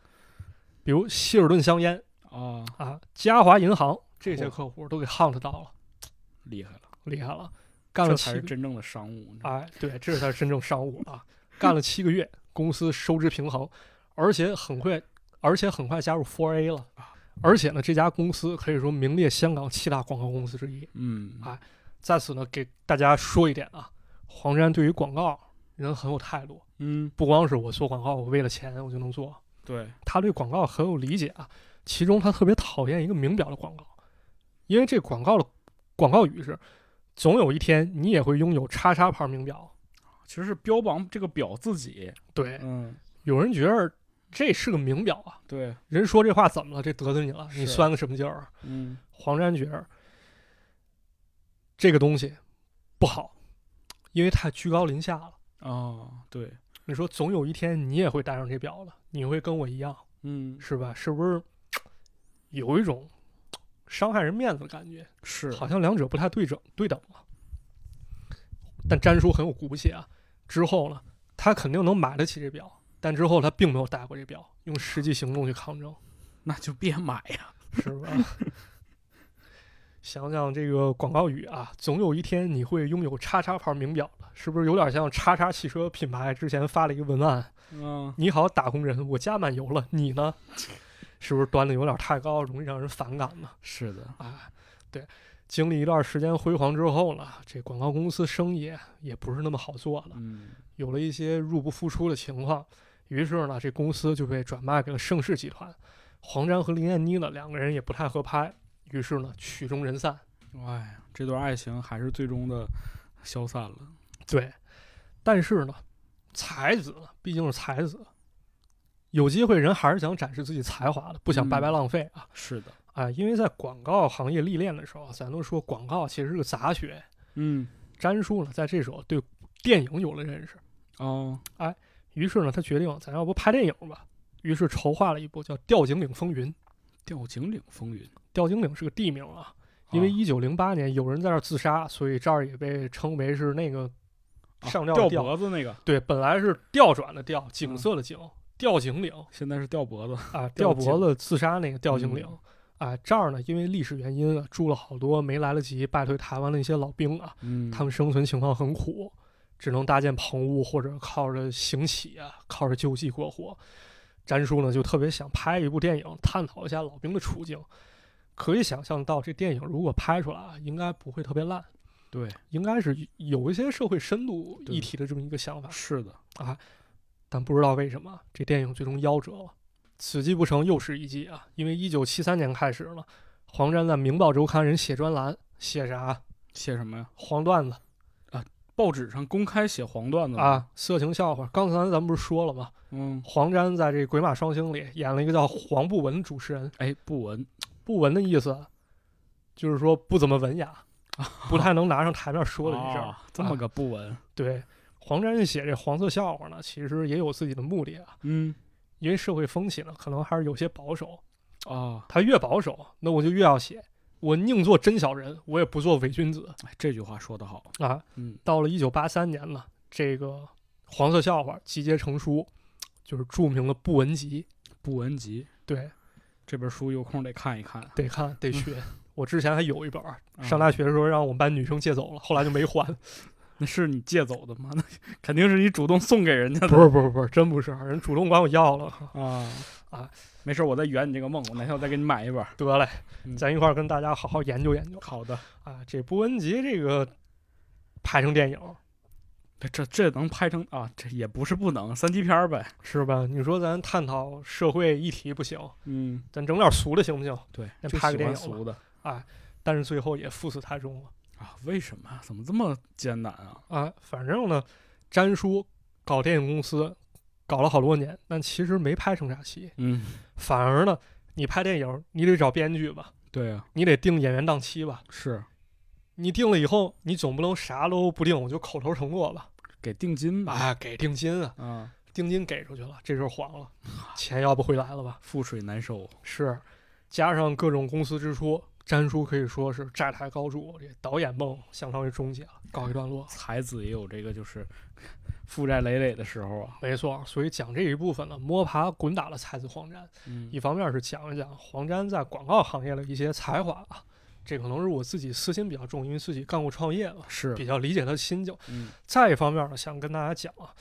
S1: 比如希尔顿香烟。
S2: 啊，
S1: 啊，嘉华银行这些
S2: 嚯
S1: 客户都给 hunt 到了，
S2: 厉害了，
S1: 厉害了，干了
S2: 这
S1: 七
S2: 才
S1: 个
S2: 是真正的商务。你知道吗
S1: 哎，对，这是他真正商务啊，干了七个月，公司收支平衡，而且很快，而且很快加入 Four A 了，而且呢，这家公司可以说名列香港七大广告公司之一。
S2: 嗯
S1: 啊在此呢，给大家说一点啊，黄沾对于广告人很有态度，
S2: 嗯，
S1: 不光是我做广告，我为了钱我就能做，
S2: 对，
S1: 他对广告很有理解啊。其中他特别讨厌一个名表的广告，因为这广告的广告语是：总有一天你也会拥有叉叉牌名表。
S2: 其实是标榜这个表自己。
S1: 对，
S2: 嗯，
S1: 有人觉得这是个名表啊，
S2: 对，
S1: 人说这话怎么了？这得罪你了？你
S2: 是
S1: 酸个什么劲儿啊？
S2: 嗯，
S1: 黄沾觉得这个东西不好，因为太居高临下了。
S2: 啊，对，
S1: 你说总有一天你也会戴上这表了，你会跟我一样，
S2: 嗯，
S1: 是吧？是不是有一种伤害人面子的感觉？
S2: 是，
S1: 好像两者不太对整对等了。但詹叔很有骨气啊，之后呢，他肯定能买得起这表，但之后他并没有戴过这表，用实际行动去抗争，
S2: 那就别买 呀。
S1: 是吧？想想这个广告语啊，总有一天你会拥有叉叉牌名表的，是不是有点像叉叉汽车品牌之前发了一个文案
S2: 嗯：“，
S1: 你好，打工人，我加满油了，你呢？” 是不是端的有点太高，容易让人反感呢？
S2: 是的，
S1: 啊，对，经历一段时间辉煌之后呢，这广告公司生意也不是那么好做了，
S2: 嗯，
S1: 有了一些入不敷出的情况。于是呢，这公司就被转卖给了盛世集团。黄沾和林燕妮呢，两个人也不太合拍，于是呢，曲终人散。
S2: 哎呀，这段爱情还是最终的消散了。
S1: 对，但是呢，才子呢毕竟是才子，有机会人还是想展示自己才华的，不想白
S2: 嗯
S1: 白浪费啊。
S2: 是的，
S1: 啊，因为在广告行业历练的时候，咱都说广告其实是个杂学，
S2: 嗯，
S1: 詹叔呢，在这时候对电影有了认识，
S2: 哦，
S1: 于是呢，他决定咱要不拍电影吧，于是筹划了一部叫《吊颈岭风云》。
S2: 吊颈岭风云，
S1: 吊颈岭是个地名啊，因为
S2: 啊
S1: 一九零八年有人在这儿自杀，所以这儿也被称为是那个
S2: 啊
S1: 上吊的
S2: 吊
S1: 吊。
S2: 脖子那个，
S1: 对，本来是调转的调，景
S2: 嗯
S1: 色的景，吊颈岭
S2: 现在是吊脖子。
S1: 啊，
S2: 吊
S1: 吊脖
S2: 颈
S1: 子自杀那个吊颈岭
S2: 嗯
S1: 啊，这儿呢，因为历史原因啊，住了好多没来得及败退台湾的一些老兵啊，
S2: 嗯
S1: 他们生存情况很苦，只能搭建棚屋或者靠着行乞啊，靠着救济过活。詹叔呢就特别想拍一部电影，探讨一下老兵的处境。可以想象到，这电影如果拍出来，啊，应该不会特别烂，
S2: 对，
S1: 应该是有一些社会深度
S2: 对
S1: 议题的这么一个想法。
S2: 是的，
S1: 但不知道为什么，这电影最终夭折了。此计不成，又是一计啊！因为一九七三年开始了，黄沾在《明报周刊》人写专栏，写啥
S2: 写什么呀？
S1: 黄段子
S2: 报纸上公开写黄段子吗，
S1: 啊，色情笑话。刚才咱们不是说了吗？
S2: 嗯，
S1: 黄沾在这《鬼马双星》里演了一个叫黄不文的主持人，
S2: 哎，不文，
S1: 不文的意思就是说不怎么文雅，不太能拿上台面说的这事儿。
S2: 啊这么个不文，
S1: 对，黄沾写这黄色笑话呢，其实也有自己的目的啊，
S2: 嗯，
S1: 因为社会风气呢，可能还是有些保守。
S2: 啊，
S1: 他越保守，那我就越要写，我宁做真小人，我也不做伪君子
S2: 哎，这句话说得好，
S1: 啊。
S2: 嗯，
S1: 到了一九八三年呢，这个黄色笑话集结成书，就是著名的《不文集》。
S2: 不文集
S1: 对，
S2: 这本书有空得看一看，
S1: 得看得
S2: 嗯
S1: 学。我之前还有一本儿，上
S2: 啊
S1: 大学的时候让我们班女生借走了，后来就没还。
S2: 那是你借走的吗？ 那肯定是你主动送给人家的
S1: 不是不是不是，真不是，人主动管我要 了。
S2: 啊
S1: 啊，
S2: 没事儿，我再圆你这个梦，我哪天我再给你买一本。
S1: 得嘞，
S2: 嗯
S1: 咱一块儿跟大家好好研究研究
S2: 好的，
S1: 啊。这《波文集》这个拍成电影，
S2: 这这这能拍成啊？这也不是不能，三级片儿呗。
S1: 是吧？你说咱探讨社会议题不行，
S2: 嗯，
S1: 咱整点俗的行不行？
S2: 对，
S1: 那
S2: 就
S1: 拍个
S2: 喜欢
S1: 电影吧
S2: 俗的
S1: 但是最后也赴死他中了
S2: 啊？为什么？怎么这么艰难啊？
S1: 啊！反正呢，詹叔搞电影公司搞了好多年，但其实没拍成啥戏，
S2: 嗯，
S1: 反而呢，你拍电影你得找编剧吧，
S2: 对啊，
S1: 你得定演员档期吧，
S2: 是
S1: 你定了以后，你总不能啥都不定我就口头承诺吧？
S2: 给定金吧？
S1: 啊，给定金啊，
S2: 啊，
S1: 定金给出去了，这事儿黄了，钱要不回来了吧？
S2: 覆水难收。
S1: 是，加上各种公司支出，詹叔可以说是债台高筑，这导演梦相当于终结了，告一段落。
S2: 才子也有这个就是 负债累累的时候啊。
S1: 没错，所以讲这一部分呢，摸爬滚打了才子黄沾。
S2: 嗯
S1: 一方面是讲一讲黄沾在广告行业的一些才华啊，这可能是我自己私心比较重，因为自己干过创业嘛，
S2: 是，
S1: 比较理解他的心境。
S2: 嗯，
S1: 再一方面呢，想跟大家讲啊，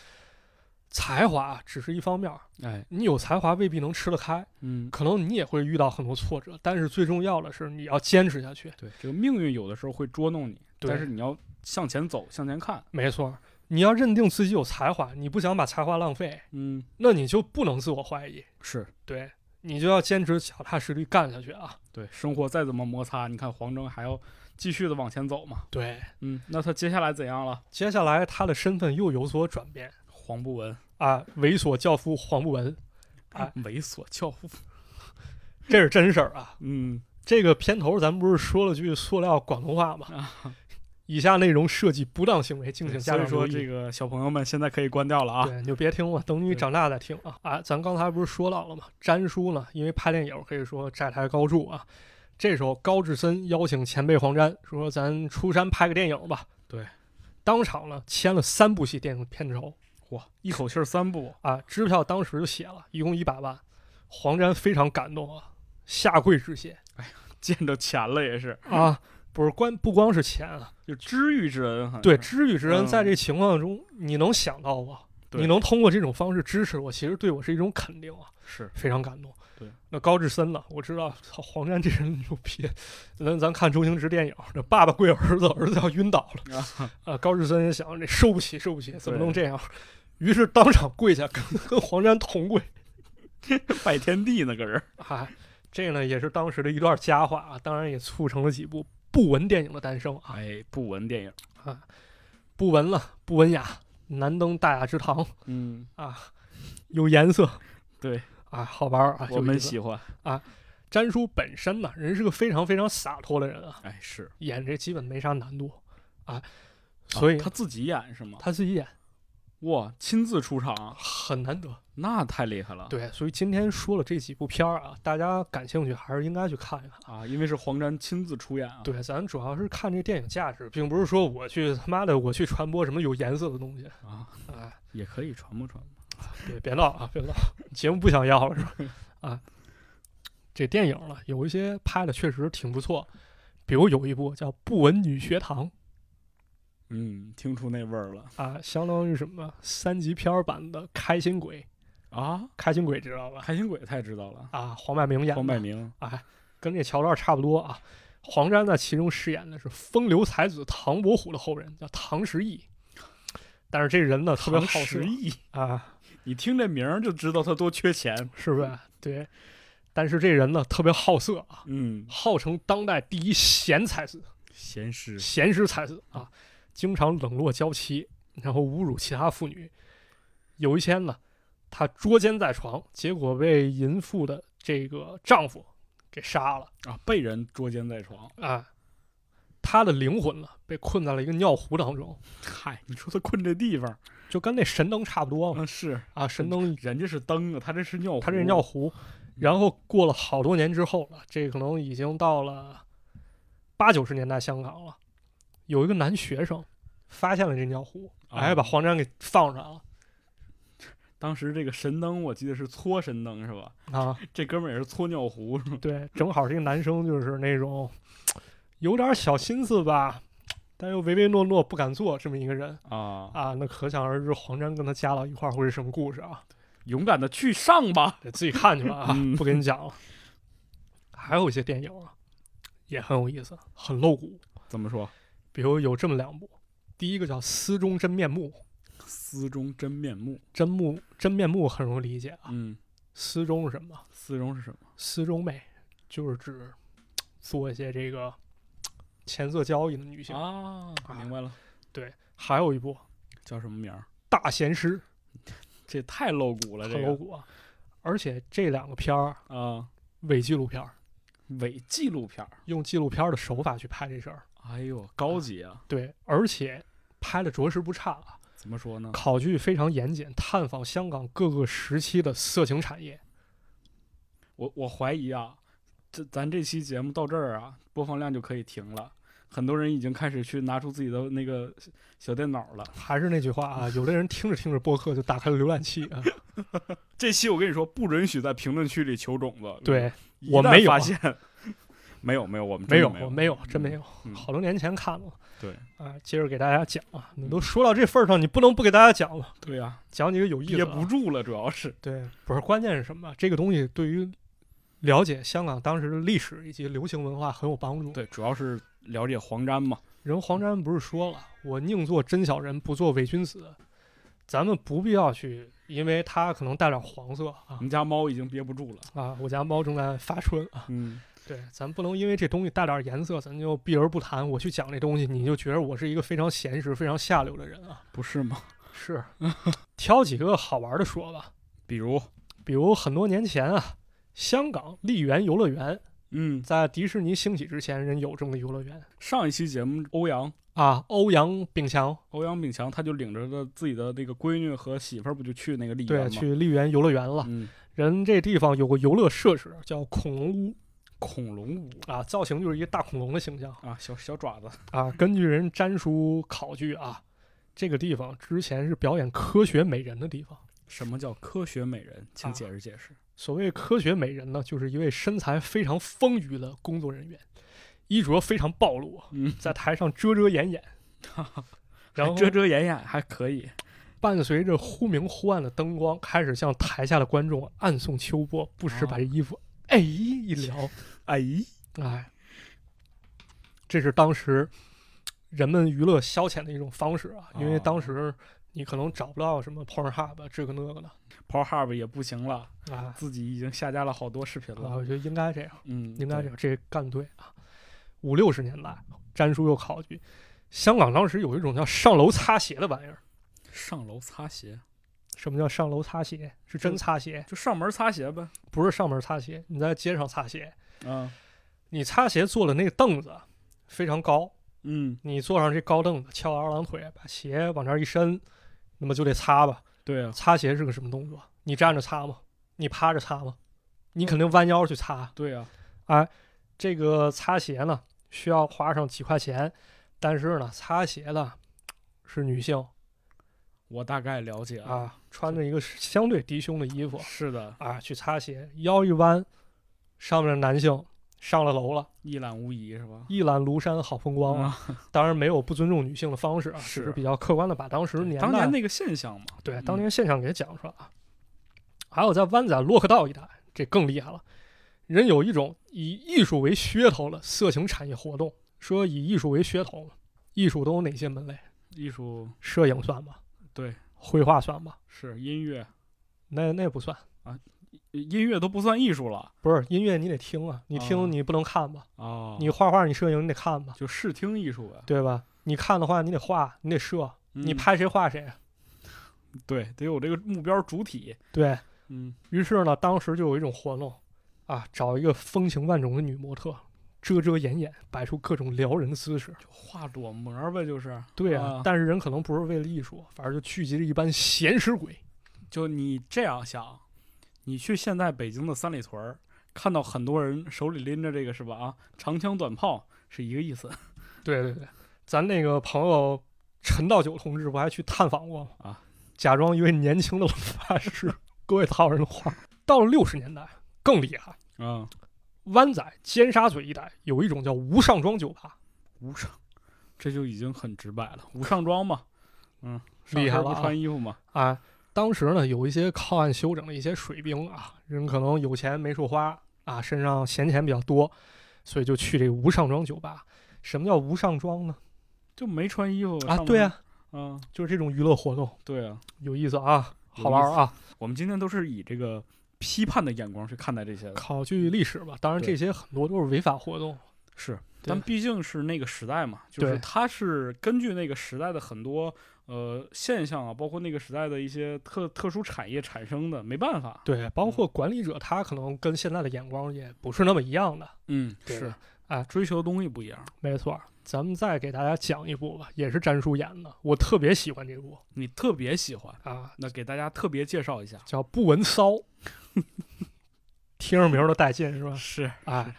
S1: 才华啊只是一方面，
S2: 哎，
S1: 你有才华未必能吃得开，
S2: 嗯，
S1: 可能你也会遇到很多挫折，但是最重要的是你要坚持下去。
S2: 对，这个命运有的时候会捉弄你，
S1: 对
S2: 但是你要向前走，向前看。
S1: 没错儿，你要认定自己有才华，你不想把才华浪费，
S2: 嗯，
S1: 那你就不能自我怀疑，
S2: 是
S1: 对你就要坚持脚踏实地干下去啊。
S2: 对，生活再怎么摩擦，你看黄峥还要继续的往前走嘛。
S1: 对，
S2: 嗯，那他接下来怎样了？
S1: 接下来他的身份又有所转变
S2: 黄不文，
S1: 啊，猥琐教父黄不文， 哎
S2: 猥琐教父。
S1: 这是真事儿啊。
S2: 嗯，
S1: 这个片头咱们不是说了句塑料广东话吗？以下内容涉及不当行为，敬请
S2: 啊嗯对
S1: 家
S2: 所以
S1: 长
S2: 说
S1: 留意。
S2: 这个小朋友们现在可以关掉了啊。
S1: 对，你就别听了，等你
S2: 对
S1: 长大再听啊！啊，咱刚才不是说到了吗？詹叔呢，因为拍电影可以说债台高筑啊。这时候高志森邀请前辈黄沾说：“咱出山拍个电影吧。”
S2: 对，
S1: 当场呢签了三部戏电影片酬
S2: 哇，一口气儿三部，
S1: 啊，支票当时就写了，一共一百万。黄沾非常感动啊，下跪致谢
S2: 见着钱了也是，
S1: 啊！不是光不光是钱啊，
S2: 就知遇之恩哈。
S1: 对知遇之恩，
S2: 嗯
S1: 在这情况中，你能想到我，
S2: 对
S1: 你能通过这种方式支持我，其实对我是一种肯定啊。
S2: 是
S1: 非常感动。
S2: 对，
S1: 那高志森呢？我知道，操，黄沾这人牛逼。咱咱看周星驰电影，这爸爸跪儿子，儿子要晕倒了。啊、高志森也想，这受不起，受不起，怎么能这样？于是当场跪下，跟跟黄沾同跪。
S2: 拜天地那 个人。
S1: 啊，这呢也是当时的一段佳话啊，当然也促成了几部不文电影的诞生啊
S2: 哎，不文电影。
S1: 啊，不文了，不文雅，难登大雅之堂
S2: 嗯，
S1: 啊，有颜色。
S2: 对
S1: 啊，好玩儿啊，
S2: 我
S1: 有意
S2: 们
S1: 思
S2: 喜欢。
S1: 詹叔本身呢，人是个非常非常洒脱的人啊，
S2: 哎，是，啊
S1: 演这基本没啥难度啊，所以
S2: 他自己演是吗？
S1: 他自己演
S2: 哇，亲自出场，
S1: 很难得。
S2: 那太厉害了。
S1: 对，所以今天说了这几部片儿啊，大家感兴趣还是应该去看一看。
S2: 啊，因为是黄沾亲自出演啊。，
S1: 对，咱主要是看这电影价值，并不是说我去他妈的我去传播什么有颜色的东西
S2: 啊，
S1: 啊，
S2: 也可以传不传？
S1: 别别闹啊，别闹，节目不想要了是吧？啊，这电影呢，有一些拍的确实挺不错，比如有一部叫《不文女学堂》。
S2: 嗯，听出那味儿了
S1: 啊，相当于什么三级片儿版的《开心鬼》，《
S2: 啊！
S1: 开心鬼》知道吧？
S2: 开心鬼太知道了，
S1: 啊，黄百鸣演的，
S2: 黄百鸣
S1: 跟这桥段差不多啊。黄沾在其中饰演的是风流才子唐伯虎的后人，叫唐十义。但是这人呢，特别好
S2: 唐
S1: 色
S2: 十亿，
S1: 啊，
S2: 你听这名儿就知道他多缺钱。
S1: 是不是？对。但是这人呢，特别好色啊，
S2: 嗯，
S1: 号称当代第一贤才子、
S2: 闲诗
S1: 闲时才子啊，经常冷落娇妻，然后侮辱其他妇女。有一天呢，她捉奸在床，结果被淫妇的这个丈夫给杀了
S2: 啊，被人捉奸在床。
S1: 啊。她的灵魂呢，被困在了一个尿壶当中，
S2: 嗨，你说他困这地方，
S1: 就跟那神灯差不多嘛
S2: 嗯，是
S1: 啊，神灯
S2: 人家是灯啊，他这是尿壶，
S1: 它这是尿壶。
S2: 嗯
S1: 然后过了好多年之后了，这可能已经到了八九十年代香港了，有一个男学生发现了这尿壶，
S2: 啊
S1: 哎，把黄沾给放上了
S2: 当时这个神灯，我记得是搓神灯是吧？
S1: 啊。
S2: 这哥们儿也是搓尿壶是吧？
S1: 对，正好这个男生就是那种有点小心思吧，但又唯唯诺诺不敢做这么一个人
S2: 啊，
S1: 啊，那可想而知，黄沾跟他加到一块儿会是什么故事啊？
S2: 勇敢的去上吧。
S1: 得自己看去吧啊，
S2: 嗯
S1: 不跟你讲了。还有一些电影啊，也很有意思，很露骨，
S2: 怎么说？
S1: 比如有这么两部，第一个叫《私中真面目》
S2: 思中真面目。
S1: 真目真面目很容易理解啊。
S2: 嗯，
S1: 私中是什么？
S2: 思中是什么？
S1: 私中妹就是指做一些这个钱色交易的女性。
S2: 啊，明白了，
S1: 还有一部《
S2: 叫什么名儿？
S1: 大闲诗
S2: 这太露骨》，了，
S1: 很
S2: 这
S1: 露
S2: 个
S1: 骨啊。而且这两个片儿
S2: 啊，
S1: 伪纪录片儿，
S2: 伪纪录片儿。
S1: 用纪录片儿的手法去拍这事儿。
S2: 哎呦，高级啊！
S1: 对，而且拍的着实不差啊。
S2: 怎么说呢？
S1: 考据非常严谨，探访香港各个时期的色情产业。
S2: 我我怀疑啊，这咱这期节目到这儿啊，播放量就可以停了。很多人已经开始去拿出自己的那个小小电脑了。
S1: 还是那句话啊，有的人听着听着播客就打开了浏览器啊。
S2: 这期我跟你说，不允许在评论区里求种子。
S1: 对，
S2: 一
S1: 我
S2: 旦
S1: 没有啊
S2: 发现， 没有没有，我们
S1: 没
S2: 真的
S1: 有，我没有，真没有，
S2: 嗯
S1: 好多年前看了。
S2: 对嗯
S1: 啊，接着给大家讲啊，你都说到这份儿上，你不能不给大家讲了，
S2: 对呀、
S1: 讲几个有意思
S2: 憋
S1: 的啊。
S2: 不住了，主要是
S1: 对，不是关键是什么？啊这个东西对于了解香港当时的历史以及流行文化很有帮助。，
S2: 对，主要是了解黄沾嘛。
S1: 人黄沾不是说了，我宁做真小人，不做伪君子。咱们不必要去，因为它可能带点黄色啊
S2: 我们家猫已经憋不住了。
S1: 啊！我家猫正在发春啊，
S2: 嗯，
S1: 对， 咱不能因为这东西带点颜色，咱就避而不谈。我去讲这东西，你就觉得我是一个非常闲适、非常下流的人啊。
S2: 不是吗？
S1: 是， 挑几个好玩的说吧，
S2: 比如，
S1: 比如很多年前啊，香港丽园游乐园
S2: 嗯，
S1: 在迪士尼兴起之前，人有这么个游乐园
S2: 上一期节目欧阳。
S1: 啊。欧阳炳强
S2: 欧阳炳强他就领着他自己的那个闺女和媳妇儿，不就去那个丽园
S1: 对
S2: 吗？
S1: 去丽园游乐园了。
S2: 嗯，
S1: 人这地方有个游乐设施叫恐龙屋
S2: 恐龙舞
S1: 啊，造型就是一个大恐龙的形象
S2: 啊，小小爪子，
S1: 啊。根据人詹叔考据啊，这个地方之前是表演科学美人的地方。
S2: 什么叫科学美人？请
S1: 啊
S2: 解释解释。
S1: 所谓科学美人呢，就是一位身材非常丰腴的工作人员，衣着非常暴露，啊
S2: 嗯，
S1: 在台上遮遮掩掩， 然后
S2: 遮遮掩掩还可以。
S1: 伴随着忽明忽暗的灯光，开始向台下的观众暗送秋波，不
S2: 哦
S1: 时把这衣服哎一 撩，
S2: 哎，
S1: 哎，这是当时人们娱乐消遣的一种方式啊，因为
S2: 哦
S1: 当时你可能找不到什么 Pornhub 这个那个的
S2: Pornhub 也不行了，
S1: 啊，
S2: 自己已经下架了好多视频
S1: 啊，
S2: 了。
S1: 我觉得应该这样。
S2: 嗯，
S1: 应该这
S2: 对
S1: 样，这干对啊。五六十年代，詹叔又考据，香港当时有一种叫上楼擦鞋的玩意儿。
S2: 上楼擦鞋，
S1: 什么叫上楼擦鞋？是真擦鞋，
S2: 就上门擦鞋呗。
S1: 不是上门擦鞋。你在街上擦鞋，
S2: 啊，
S1: 你擦鞋坐的那个凳子非常高，
S2: 嗯，
S1: 你坐上这高凳子，翘二郎腿，把鞋往这儿一伸，那么就得擦吧。
S2: 对啊，
S1: 擦鞋是个什么动作？你站着擦吗？你趴着擦吗？你肯定弯腰去擦。
S2: 对啊，
S1: 这个擦鞋呢，需要花上几块钱，但是呢，擦鞋的是女性
S2: 我大概了解。
S1: 啊，穿着一个相对低胸的衣服
S2: 是的，
S1: 啊去擦鞋，腰一弯，上面的男性上了楼了，
S2: 一览无遗是吧？
S1: 一览庐山好风光啊！当然没有不尊重女性的方式啊，
S2: 嗯是
S1: 只是比较客观的把当时年代
S2: 当年那个现象嘛，
S1: 对
S2: 嗯
S1: 当年现象给讲出来啊。还有在湾仔洛克道一带，这更厉害了，人有一种以艺术为噱头的色情产业活动。说以艺术为噱头，艺术都有哪些门类？
S2: 艺术
S1: 摄影算吗？
S2: 对，
S1: 绘画算吗？
S2: 是音乐，
S1: 那那不算，
S2: 音乐都不算艺术了
S1: 不是音乐，你得听啊，你
S2: 哦
S1: 听你不能看吧？
S2: 啊
S1: 你画画，你摄影，你得看吧，
S2: 就视听艺术呗。
S1: 对吧？你看的话，你得画，你得摄，你
S2: 嗯
S1: 拍谁画谁。啊
S2: 对，得有这个目标主体。
S1: 对
S2: 嗯，
S1: 于是呢，当时就有一种活动啊，找一个风情万种的女模特，遮遮掩掩，摆出各种撩人的姿势。
S2: 就画裸模呗，就是。
S1: 对
S2: 啊
S1: 但是人可能不是为了艺术，反正就聚集了一帮闲尸鬼。
S2: 就你这样想，你去现在北京的三里屯儿，看到很多人手里拎着这个是吧？啊，长枪短炮是一 个意思
S1: 对对对，咱那个朋友陈道九同志不还去探访过吗？
S2: 啊，
S1: 假装一位年轻的老法师，各位套人的话。到了六十年代更厉害，
S2: 啊。
S1: 湾仔尖沙咀一带有一种叫无上装酒吧，
S2: 无上，这就已经很直白了。无上装嘛，嗯，上
S1: 厉害
S2: 身
S1: 了
S2: 不
S1: 啊
S2: 穿衣服嘛，
S1: 啊，当时呢有一些靠岸休整的一些水兵啊，人可能有钱没处花啊，身上闲钱比较多，所以就去这个无上装酒吧。什么叫无上装呢？
S2: 就没穿衣服
S1: 啊，
S2: 上
S1: 对
S2: 班
S1: 呀、
S2: 嗯，
S1: 就是这种娱乐活动
S2: 对啊，
S1: 有意思啊，
S2: 有
S1: 好玩
S2: 意
S1: 儿啊，
S2: 我们今天都是以这个批判的眼光去看待这些的，
S1: 考据历史吧。当然，
S2: 对嗯
S1: 这些很多都是违法活动，
S2: 是，
S1: 对
S2: 但毕竟是那个时代嘛，就是
S1: 对
S2: 它是根据那个时代的很多呃现象啊，包括那个时代的一些特特殊产业产生的，没办法。
S1: 对，包
S2: 嗯
S1: 括管理者他可能跟现在的眼光也不是那么一样的，
S2: 嗯，
S1: 对
S2: 是
S1: 的，哎
S2: 追求的东西不一样。
S1: 没错儿。咱们再给大家讲一部吧，也是詹叔演的，我特别喜欢这部
S2: 你特别喜欢，
S1: 啊，
S2: 那给大家特别介绍一下。
S1: 叫《不闻骚》，听着名儿都带劲是吧？
S2: 是，
S1: 哎，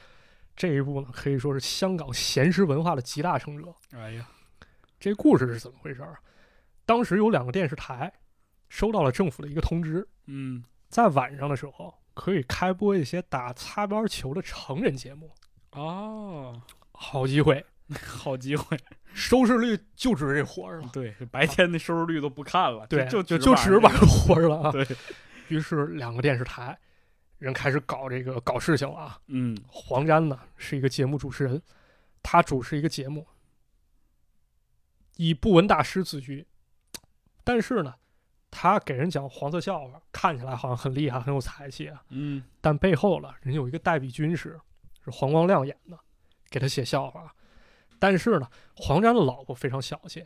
S1: 这一部呢可以说是香港闲时文化的集大成者。
S2: 哎呀，
S1: 这故事是怎么回事儿啊？当时有两个电视台收到了政府的一个通知，
S2: 嗯，
S1: 在晚上的时候可以开播一些打擦边球的成人节目，
S2: 哦，
S1: 好机会，
S2: 好机会。
S1: 收视率就指着这活儿了。
S2: 对，白天的收视率都不看了，
S1: 对，
S2: 就
S1: 就
S2: 就
S1: 指着晚上活儿了啊。
S2: 对，
S1: 于是两个电视台人开始搞这个搞事情了啊。
S2: 嗯，
S1: 黄沾呢是一个节目主持人，他主持一个节目，以不闻大师自居，但是呢，他给人讲黄色笑话，看起来好像很厉害，很有才气啊，
S2: 嗯，
S1: 但背后了人有一个代笔军师，是黄光亮演的，给他写笑话。但是呢，黄沾的老婆非常小气，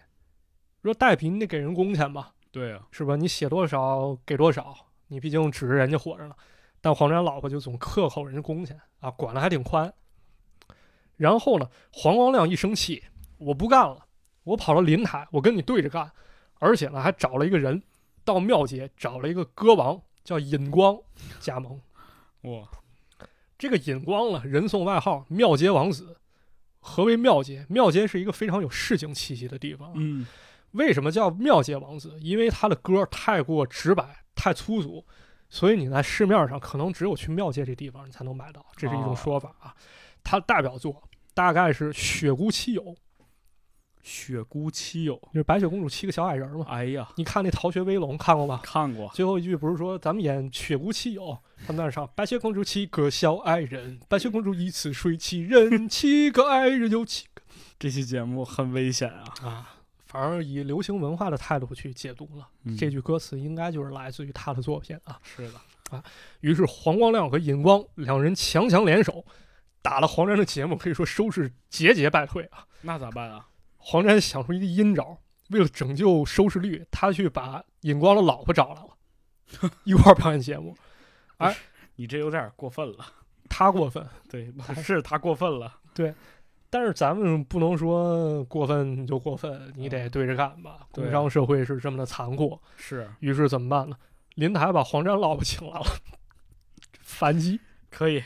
S1: 说代笔你得给人工钱吧，
S2: 对啊，
S1: 是吧？你写多少给多少，你毕竟指着人家活着呢。但黄沾老婆就总克扣人家工钱啊，管得还挺宽。然后呢，黄光亮一生气，我不干了，我跑到临台，我跟你对着干，而且呢还找了一个人到庙街找了一个歌王叫尹光加盟。
S2: 哇，
S1: 这个尹光呢，人送外号“庙街王子”。何为庙街？庙街是一个非常有市井气息的地方啊。
S2: 嗯，
S1: 为什么叫庙街王子？因为他的歌太过直白，太粗俗，所以你在市面上可能只有去庙街这地方你才能买到，这是一种说法啊。他的代表作大概是《雪姑七友》，
S2: 雪姑七友，
S1: 就是白雪公主七个小矮人嘛。
S2: 哎呀，
S1: 你看那《逃学威龙》看过吧？
S2: 看过，
S1: 最后一句不是说咱们演雪姑七友，他们在那唱白雪公主七个小矮人，白雪公主一次睡七人，七个矮人有七个
S2: 这期节目很危险啊，嗯
S1: 啊。反而以流行文化的态度去解读了。这
S2: 就
S1: 句歌词应该就是来自于他的作品啊。
S2: 是的，
S1: 于是黄光亮和尹光两人强强联手，打了黄沾的节目，可以说收视节节败退啊。
S2: 那咋办啊？
S1: 黄沾想出一个阴招，为了拯救收视率，他去把尹光的老婆找来了，一块儿表演节目。
S2: 你这有点过分了，
S1: 他过分，
S2: 对，是他过分了，
S1: 但是咱们不能说过分就过分，你得对着干吧。
S2: 对
S1: 工商社会是这么的残酷，
S2: 是
S1: 于是怎么办呢？林台把黄沾老婆请来了， 反击。
S2: 可以，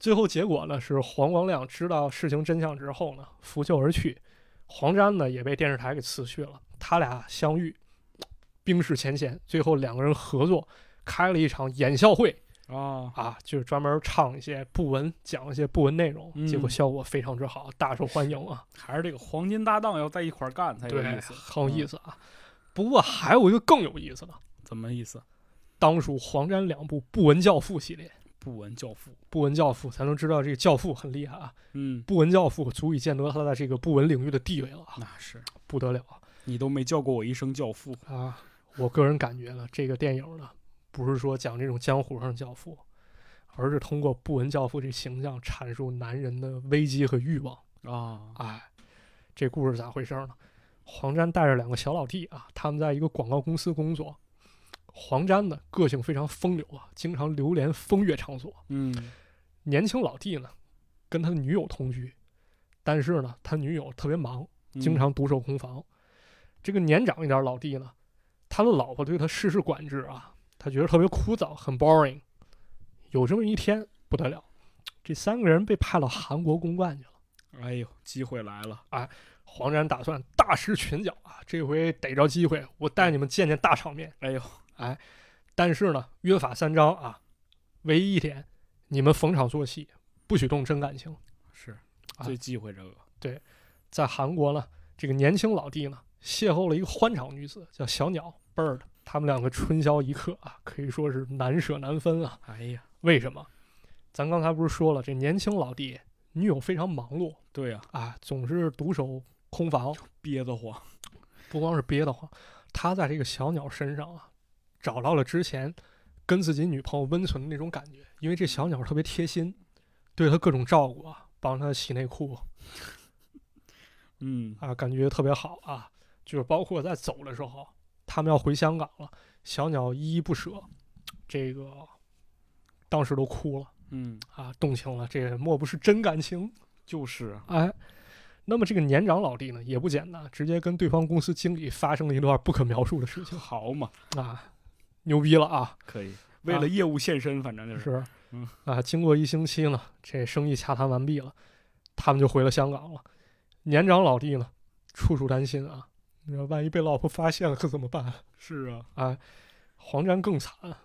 S1: 最后结果呢是黄光亮知道事情真相之后呢，拂袖而去。黄沾呢也被电视台给辞去了，他俩相遇，冰释前嫌。最后两个人合作开了一场演笑会
S2: 啊，
S1: 啊，就是专门唱一些不文，讲一些不文内容，
S2: 嗯
S1: 结果效果非常之好，大受欢迎啊，
S2: 还是这个黄金搭档要在一块儿干才有
S1: 对
S2: 意，思，嗯
S1: 很有意思啊。不过还有一个更有意思的，
S2: 怎么意思？
S1: 当属黄沾两部不文教父系列。
S2: 不闻教父，
S1: 不文教父才能知道这个教父很厉害啊，
S2: 嗯，
S1: 不文教父足以见得他在这个不文领域的地位了啊。
S2: 那是
S1: 不得了
S2: 你都没叫过我一声教父，
S1: 啊！我个人感觉呢，这个电影呢，不是说讲这种江湖上的教父，而是通过不文教父这形象阐述男人的危机和欲望。
S2: 啊，
S1: 哎，这故事咋回事呢？黄沾带着两个小老弟啊，他们在一个广告公司工作。黄沾呢，个性非常风流啊，经常流连风月场所。
S2: 嗯，
S1: 年轻老弟呢，跟他的女友同居，但是呢，他女友特别忙，
S2: 嗯
S1: 经常独守空房。这个年长一点老弟呢，他的老婆对他事事管制啊，他觉得特别枯燥，很 boring。有这么一天不得了，这三个人被派到韩国公干去了。
S2: 哎呦，机会来了，
S1: 黄沾打算大施拳脚啊，这回逮着机会，我带你们见见大场面。
S2: 哎呦，
S1: 但是呢，约法三章啊，唯一一点，你们逢场作戏，不许动真感情。
S2: 是
S1: 啊
S2: 最忌讳这个，
S1: 在韩国呢，这个年轻老弟呢，邂逅了一个欢场女子，叫小鸟 Bird。他们两个春宵一刻啊，可以说是难舍难分啊。
S2: 哎呀，
S1: 为什么？咱刚才不是说了，这年轻老弟女友非常忙碌啊
S2: 对呀，
S1: 啊，总是独守空房，
S2: 憋得慌。
S1: 不光是憋得慌，他在这个小鸟身上啊，找到了之前跟自己女朋友温存的那种感觉，因为这小鸟特别贴心，对他各种照顾啊，帮他洗内裤
S2: 嗯
S1: 啊，感觉特别好啊。就是包括在走的时候，他们要回香港了，小鸟依依不舍，这个当时都哭了
S2: 嗯，
S1: 啊，动情了，这莫不是真感情？
S2: 就是啊
S1: 哎，那么这个年长老弟呢也不简单，直接跟对方公司经理发生了一段不可描述的事情
S2: 好嘛，
S1: 啊，牛逼了啊！
S2: 可以 为了业务献身，反正就是。
S1: 是
S2: 嗯，
S1: 啊，经过一星期呢，这生意洽谈完毕了，他们就回了香港了。年长老弟呢，处处担心啊，你说万一被老婆发现了可怎么 办？
S2: 是啊，
S1: 啊，黄沾更惨，啊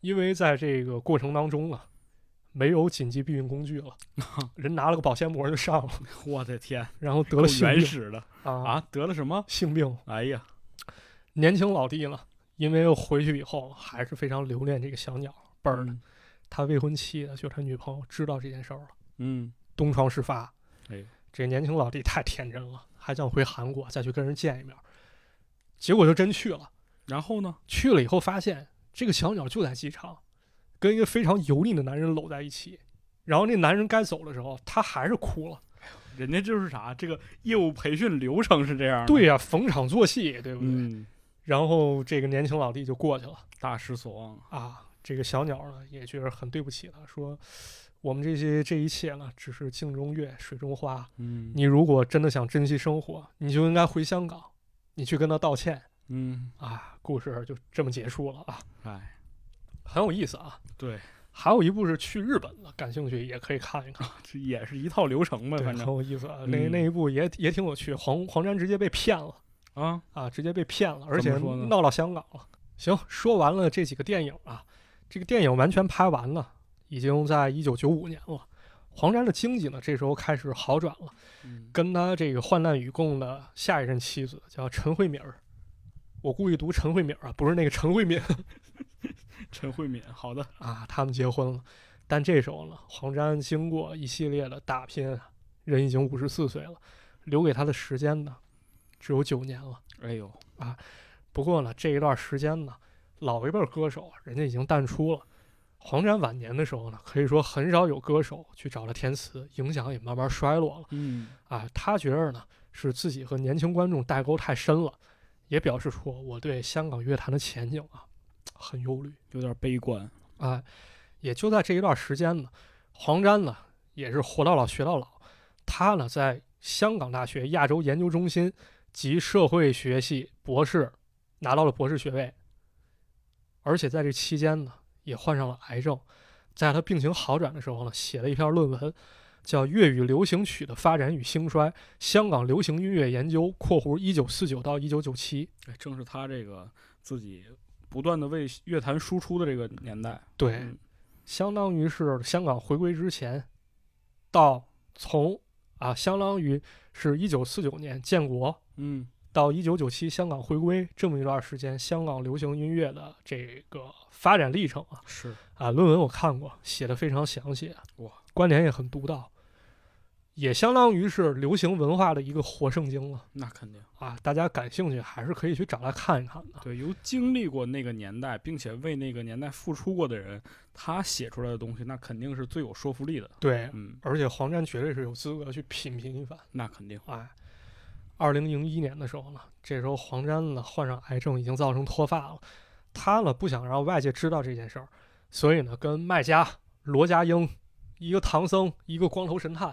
S1: 因为在这个过程当中啊，没有紧急避孕工具 了，人拿了个保鲜膜就上了，
S2: 我的天，
S1: 然后得
S2: 够
S1: 了性
S2: 原
S1: 病
S2: 始的
S1: 啊，
S2: 啊，得了什么？
S1: 性病。
S2: 哎呀，
S1: 年轻老弟呢，因为回去以后还是非常留恋这个小鸟倍儿的，
S2: 嗯
S1: 他未婚妻呢，就是他女朋友知道这件事儿了。
S2: 嗯，
S1: 东窗事发。
S2: 哎，
S1: 这年轻老弟太天真了，还想回韩国再去跟人见一面，结果就真去了。
S2: 然后呢？
S1: 去了以后发现，这个小鸟就在机场，跟一个非常油腻的男人搂在一起。然后那男人该走的时候，他还是哭了。
S2: 人家就是啥，这个业务培训流程是这样的。
S1: 对呀、逢场作戏，对不对？
S2: 嗯，
S1: 然后这个年轻老弟就过去了
S2: 大失所望。
S1: 啊。这个小鸟呢，也觉得很对不起他，说我们这些这一切呢，只是镜中月，水中花，
S2: 嗯，
S1: 你如果真的想珍惜生活，你就应该回香港，你去跟他道歉
S2: 嗯，
S1: 啊。故事就这么结束了啊，
S2: 哎，
S1: 很有意思啊。
S2: 对，
S1: 还有一部是去日本的，感兴趣也可以看一看，
S2: 这也是一套流程呗，
S1: 对，
S2: 反
S1: 很
S2: 正
S1: 有意思啊。
S2: 嗯
S1: 那那一部也也挺有趣，黄黄沾直接被骗了
S2: 啊，
S1: 啊，直接被骗了，而且
S2: 怎么说呢
S1: 闹到香港了。行，说完了这几个电影啊，这个电影完全拍完了，已经在一九九五年了。黄沾的经济呢，这时候开始好转了。
S2: 嗯
S1: 跟他这个患难与共的下一任妻子叫陈慧敏儿，我故意读陈慧敏儿啊，不是那个陈慧敏
S2: 陈慧敏，好的，
S1: 啊，他们结婚了。但这时候呢，黄沾经过一系列的打拼，人已经五十四岁了，留给他的时间呢，只有九年了。
S2: 哎呦，
S1: 不过呢，这一段时间呢，老一辈儿歌手啊人家已经淡出了。黄沾晚年的时候呢，可以说很少有歌手去找他填词，影响也慢慢衰落了。
S2: 嗯，
S1: 啊，他觉着呢是自己和年轻观众代沟太深了，也表示说我对香港乐坛的前景啊很忧虑
S2: 有点悲观。
S1: 啊。也就在这一段时间呢，黄沾呢也是活到老学到老，他呢在香港大学亚洲研究中心及社会学系博士拿到了博士学位，而且在这期间呢也患上了癌症，在他病情好转的时候呢写了一篇论文，叫《粤语流行曲的发展与兴衰：香港流行音乐研究（括弧一九四九到一九九七）》。
S2: 哎，正是他这个自己不断的为乐坛输出的这个年代。
S1: 对，
S2: 嗯
S1: 相当于是香港回归之前，到从啊，相当于是一九四九年建国
S2: 嗯，
S1: 到一九九七香港回归这么一段时间，香港流行音乐的这个发展历程啊
S2: 是，
S1: 啊，论文我看过，写的非常详细，
S2: 哇，
S1: 观点也很独到，也相当于是流行文化的一个活圣经了
S2: 那肯定。
S1: 啊，大家感兴趣还是可以去找来看一看的。
S2: 对，由经历过那个年代，并且为那个年代付出过的人，他写出来的东西，那肯定是最有说服力的。
S1: 对，
S2: 嗯，
S1: 而且黄沾绝对是有资格去品评一番。
S2: 那肯定。
S1: 哎，二零零一年的时候呢，这时候黄沾呢患上癌症，已经造成脱发了。他呢不想让外界知道这件事儿，所以呢跟麦家、罗家英、一个唐僧、一个光头神探，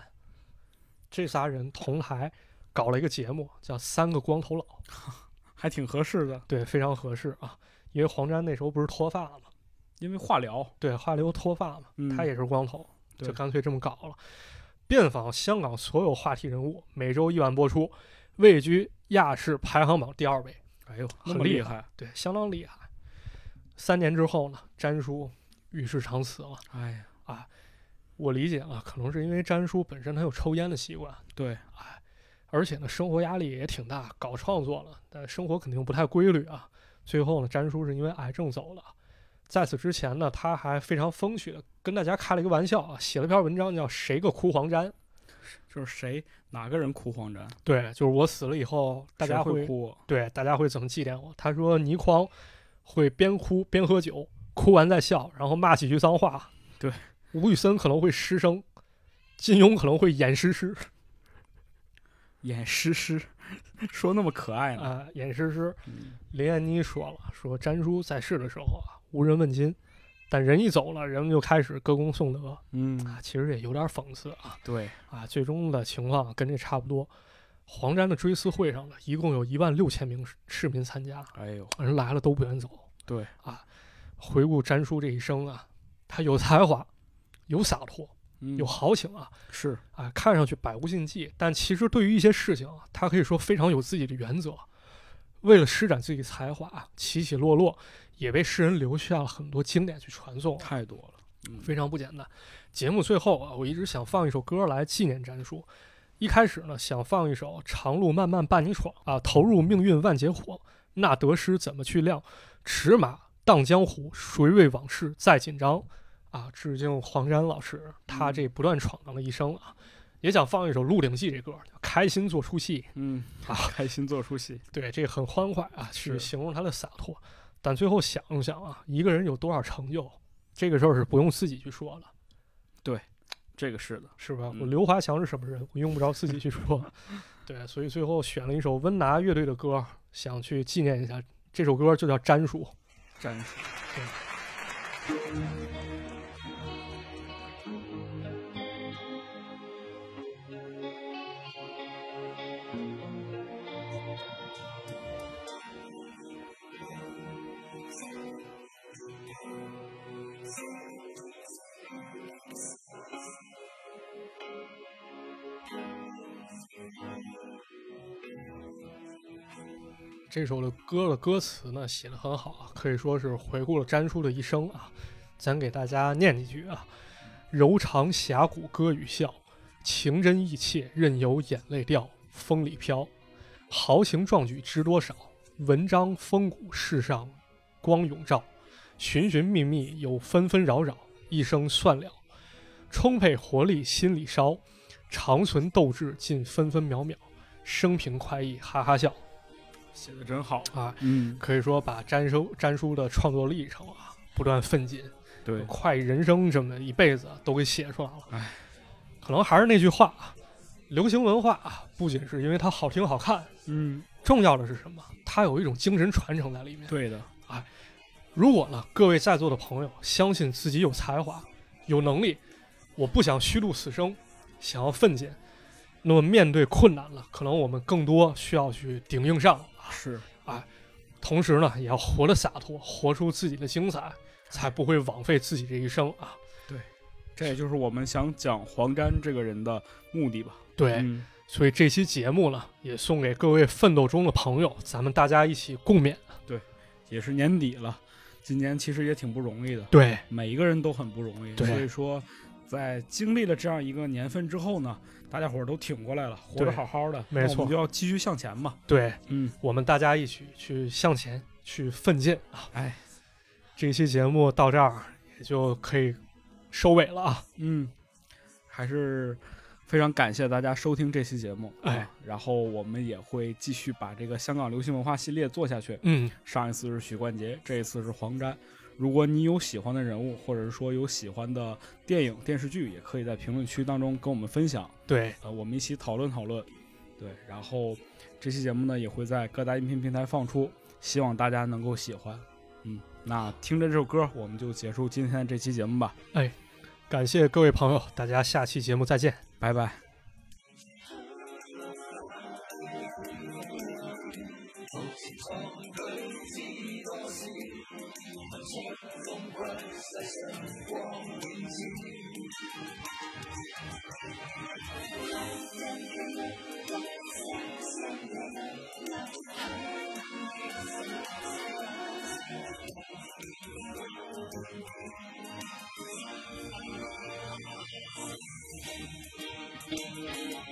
S1: 这仨人同台搞了一个节目，叫《三个光头佬》，
S2: 还挺合适的，
S1: 对，非常合适啊。因为黄沾那时候不是脱发嘛，
S2: 因为化疗，
S1: 对，化疗脱发嘛，
S2: 嗯，
S1: 他也是光头，
S2: 对
S1: 就干脆这么搞了。遍访香港所有话题人物，每周一晚播出，位居亚视排行榜第二位，
S2: 哎呦，
S1: 那
S2: 那
S1: 么
S2: 么
S1: 厉
S2: 厉害，
S1: 对，相当厉害。三年之后呢，詹叔与世长辞了。
S2: 哎呀，
S1: 我理解啊，可能是因为詹叔本身他有抽烟的习惯，哎
S2: 对，
S1: 而且呢生活压力也挺大，搞创作了，但生活肯定不太规律啊。最后呢，詹叔是因为癌症走了。在此之前呢，他还非常风趣的跟大家开了一个玩笑啊，写了篇文章叫《谁个哭黄沾》。
S2: 就是谁哪个人哭黄沾，
S1: 对，就是我死了以后，大
S2: 谁
S1: 家
S2: 会
S1: 会
S2: 哭啊我，
S1: 对大家会怎么祭奠我？他说倪匡会边哭边喝酒，哭完再笑，然后骂几句脏话。
S2: 对，
S1: 吴宇森可能会失声，金庸可能会演诗诗
S2: 演诗诗， 说那么可爱呢。
S1: 啊、演诗诗。
S2: 嗯
S1: 林燕妮说了，说詹叔在世的时候啊，无人问津，但人一走了，人们就开始歌功颂德啊
S2: 嗯，，
S1: 其实也有点讽刺啊
S2: 对，
S1: 啊，最终的情况跟这差不多。黄沾的追思会上呢，一共有一万六千名市市民参加，
S2: 哎呦，
S1: 人来了都不愿走。
S2: 对
S1: 啊，回顾詹叔这一生啊，他有才华，有洒脱，
S2: 嗯
S1: 有豪情啊、
S2: 是，
S1: 啊，看上去百无禁忌，但其实对于一些事情啊，他可以说非常有自己的原则。为了施展自己才华啊，起起落落，也被世人留下了很多经典去传颂啊，
S2: 太多了。嗯，
S1: 非常不简单。节目最后啊，我一直想放一首歌来纪念詹叔。一开始呢，想放一首《长路漫漫伴你闯》啊，投入命运万劫火，那得失怎么去量？驰马荡江湖，谁为往事再紧张？啊，致敬黄沾老师，他这不断闯荡的一生啊。也想放一首《鹿鼎记》这歌，叫《开心做出戏》。
S2: 嗯，
S1: 啊
S2: 开心做出戏，
S1: 对，这很欢快啊，去
S2: 是
S1: 形容他的洒脱。但最后想一想啊，一个人有多少成就，这个事儿是不用自己去说了。
S2: 这个是的。
S1: 是吧？我
S2: 嗯
S1: 刘华强是什么人，我用不着自己去 说。对，所以最后选了一首温拿乐队的歌，想去纪念一下。这首歌就叫《詹叔》。
S2: 战术，
S1: 这首的歌的歌词呢写得很好啊，可以说是回顾了詹叔的一生啊。咱给大家念几句啊：柔肠峡谷歌与笑，情真意切任由眼泪掉，风里飘。豪情壮举知多少，文章风骨世上光永照。寻寻觅觅有纷纷扰扰，一生算了。充沛活力心里烧，长存斗志尽分分秒秒。生平快意哈哈笑。
S2: 写的真好
S1: 啊！
S2: 嗯，
S1: 可以说把詹叔詹叔的创作历程啊，不断奋进，
S2: 对，
S1: 快意人生这么一辈子都给写出来了。
S2: 唉，
S1: 可能还是那句话啊，流行文化啊，不仅是因为它好听好看，
S2: 嗯，
S1: 重要的是什么？它有一种精神传承在里面。
S2: 对的，
S1: 如果呢，各位在座的朋友相信自己有才华、有能力，我不想虚度此生，想要奋进，那么面对困难了，可能我们更多需要去顶硬上啊。
S2: 是
S1: 同时呢，也要活得洒脱，活出自己的精彩，才不会枉费自己这一生啊。
S2: 这也就是我们想讲黄沾这个人的目的吧。
S1: 对，
S2: 嗯，
S1: 所以这期节目呢，也送给各位奋斗中的朋友，咱们大家一起共勉。
S2: 也是年底了，今年其实也挺不容易的，
S1: 对，
S2: 每一个人都很不容易。
S1: 对
S2: 所以说，在经历了这样一个年份之后呢，大家伙儿都挺过来了，活得
S1: 对
S2: 好好的，
S1: 没
S2: 那我
S1: 错
S2: 们就要继续向前嘛。
S1: 对
S2: 嗯，
S1: 我们大家一起去向前，去奋进啊！
S2: 哎，
S1: 这期节目到这儿也就可以收尾了啊。
S2: 嗯，还是非常感谢大家收听这期节目。
S1: 哎
S2: 啊，然后我们也会继续把这个香港流行文化系列做下去。
S1: 嗯，
S2: 上一次是许冠杰，这一次是黄沾。如果你有喜欢的人物，或者是说有喜欢的电影、电视剧，也可以在评论区当中跟我们分享，
S1: 对，
S2: 呃，我们一起讨论讨论。对，然后这期节目呢也会在各大音频平台放出，希望大家能够喜欢。嗯，那听着这首歌，我们就结束今天这期节目吧，
S1: 感谢各位朋友，大家下期节目再见。
S2: 拜拜。
S3: Thank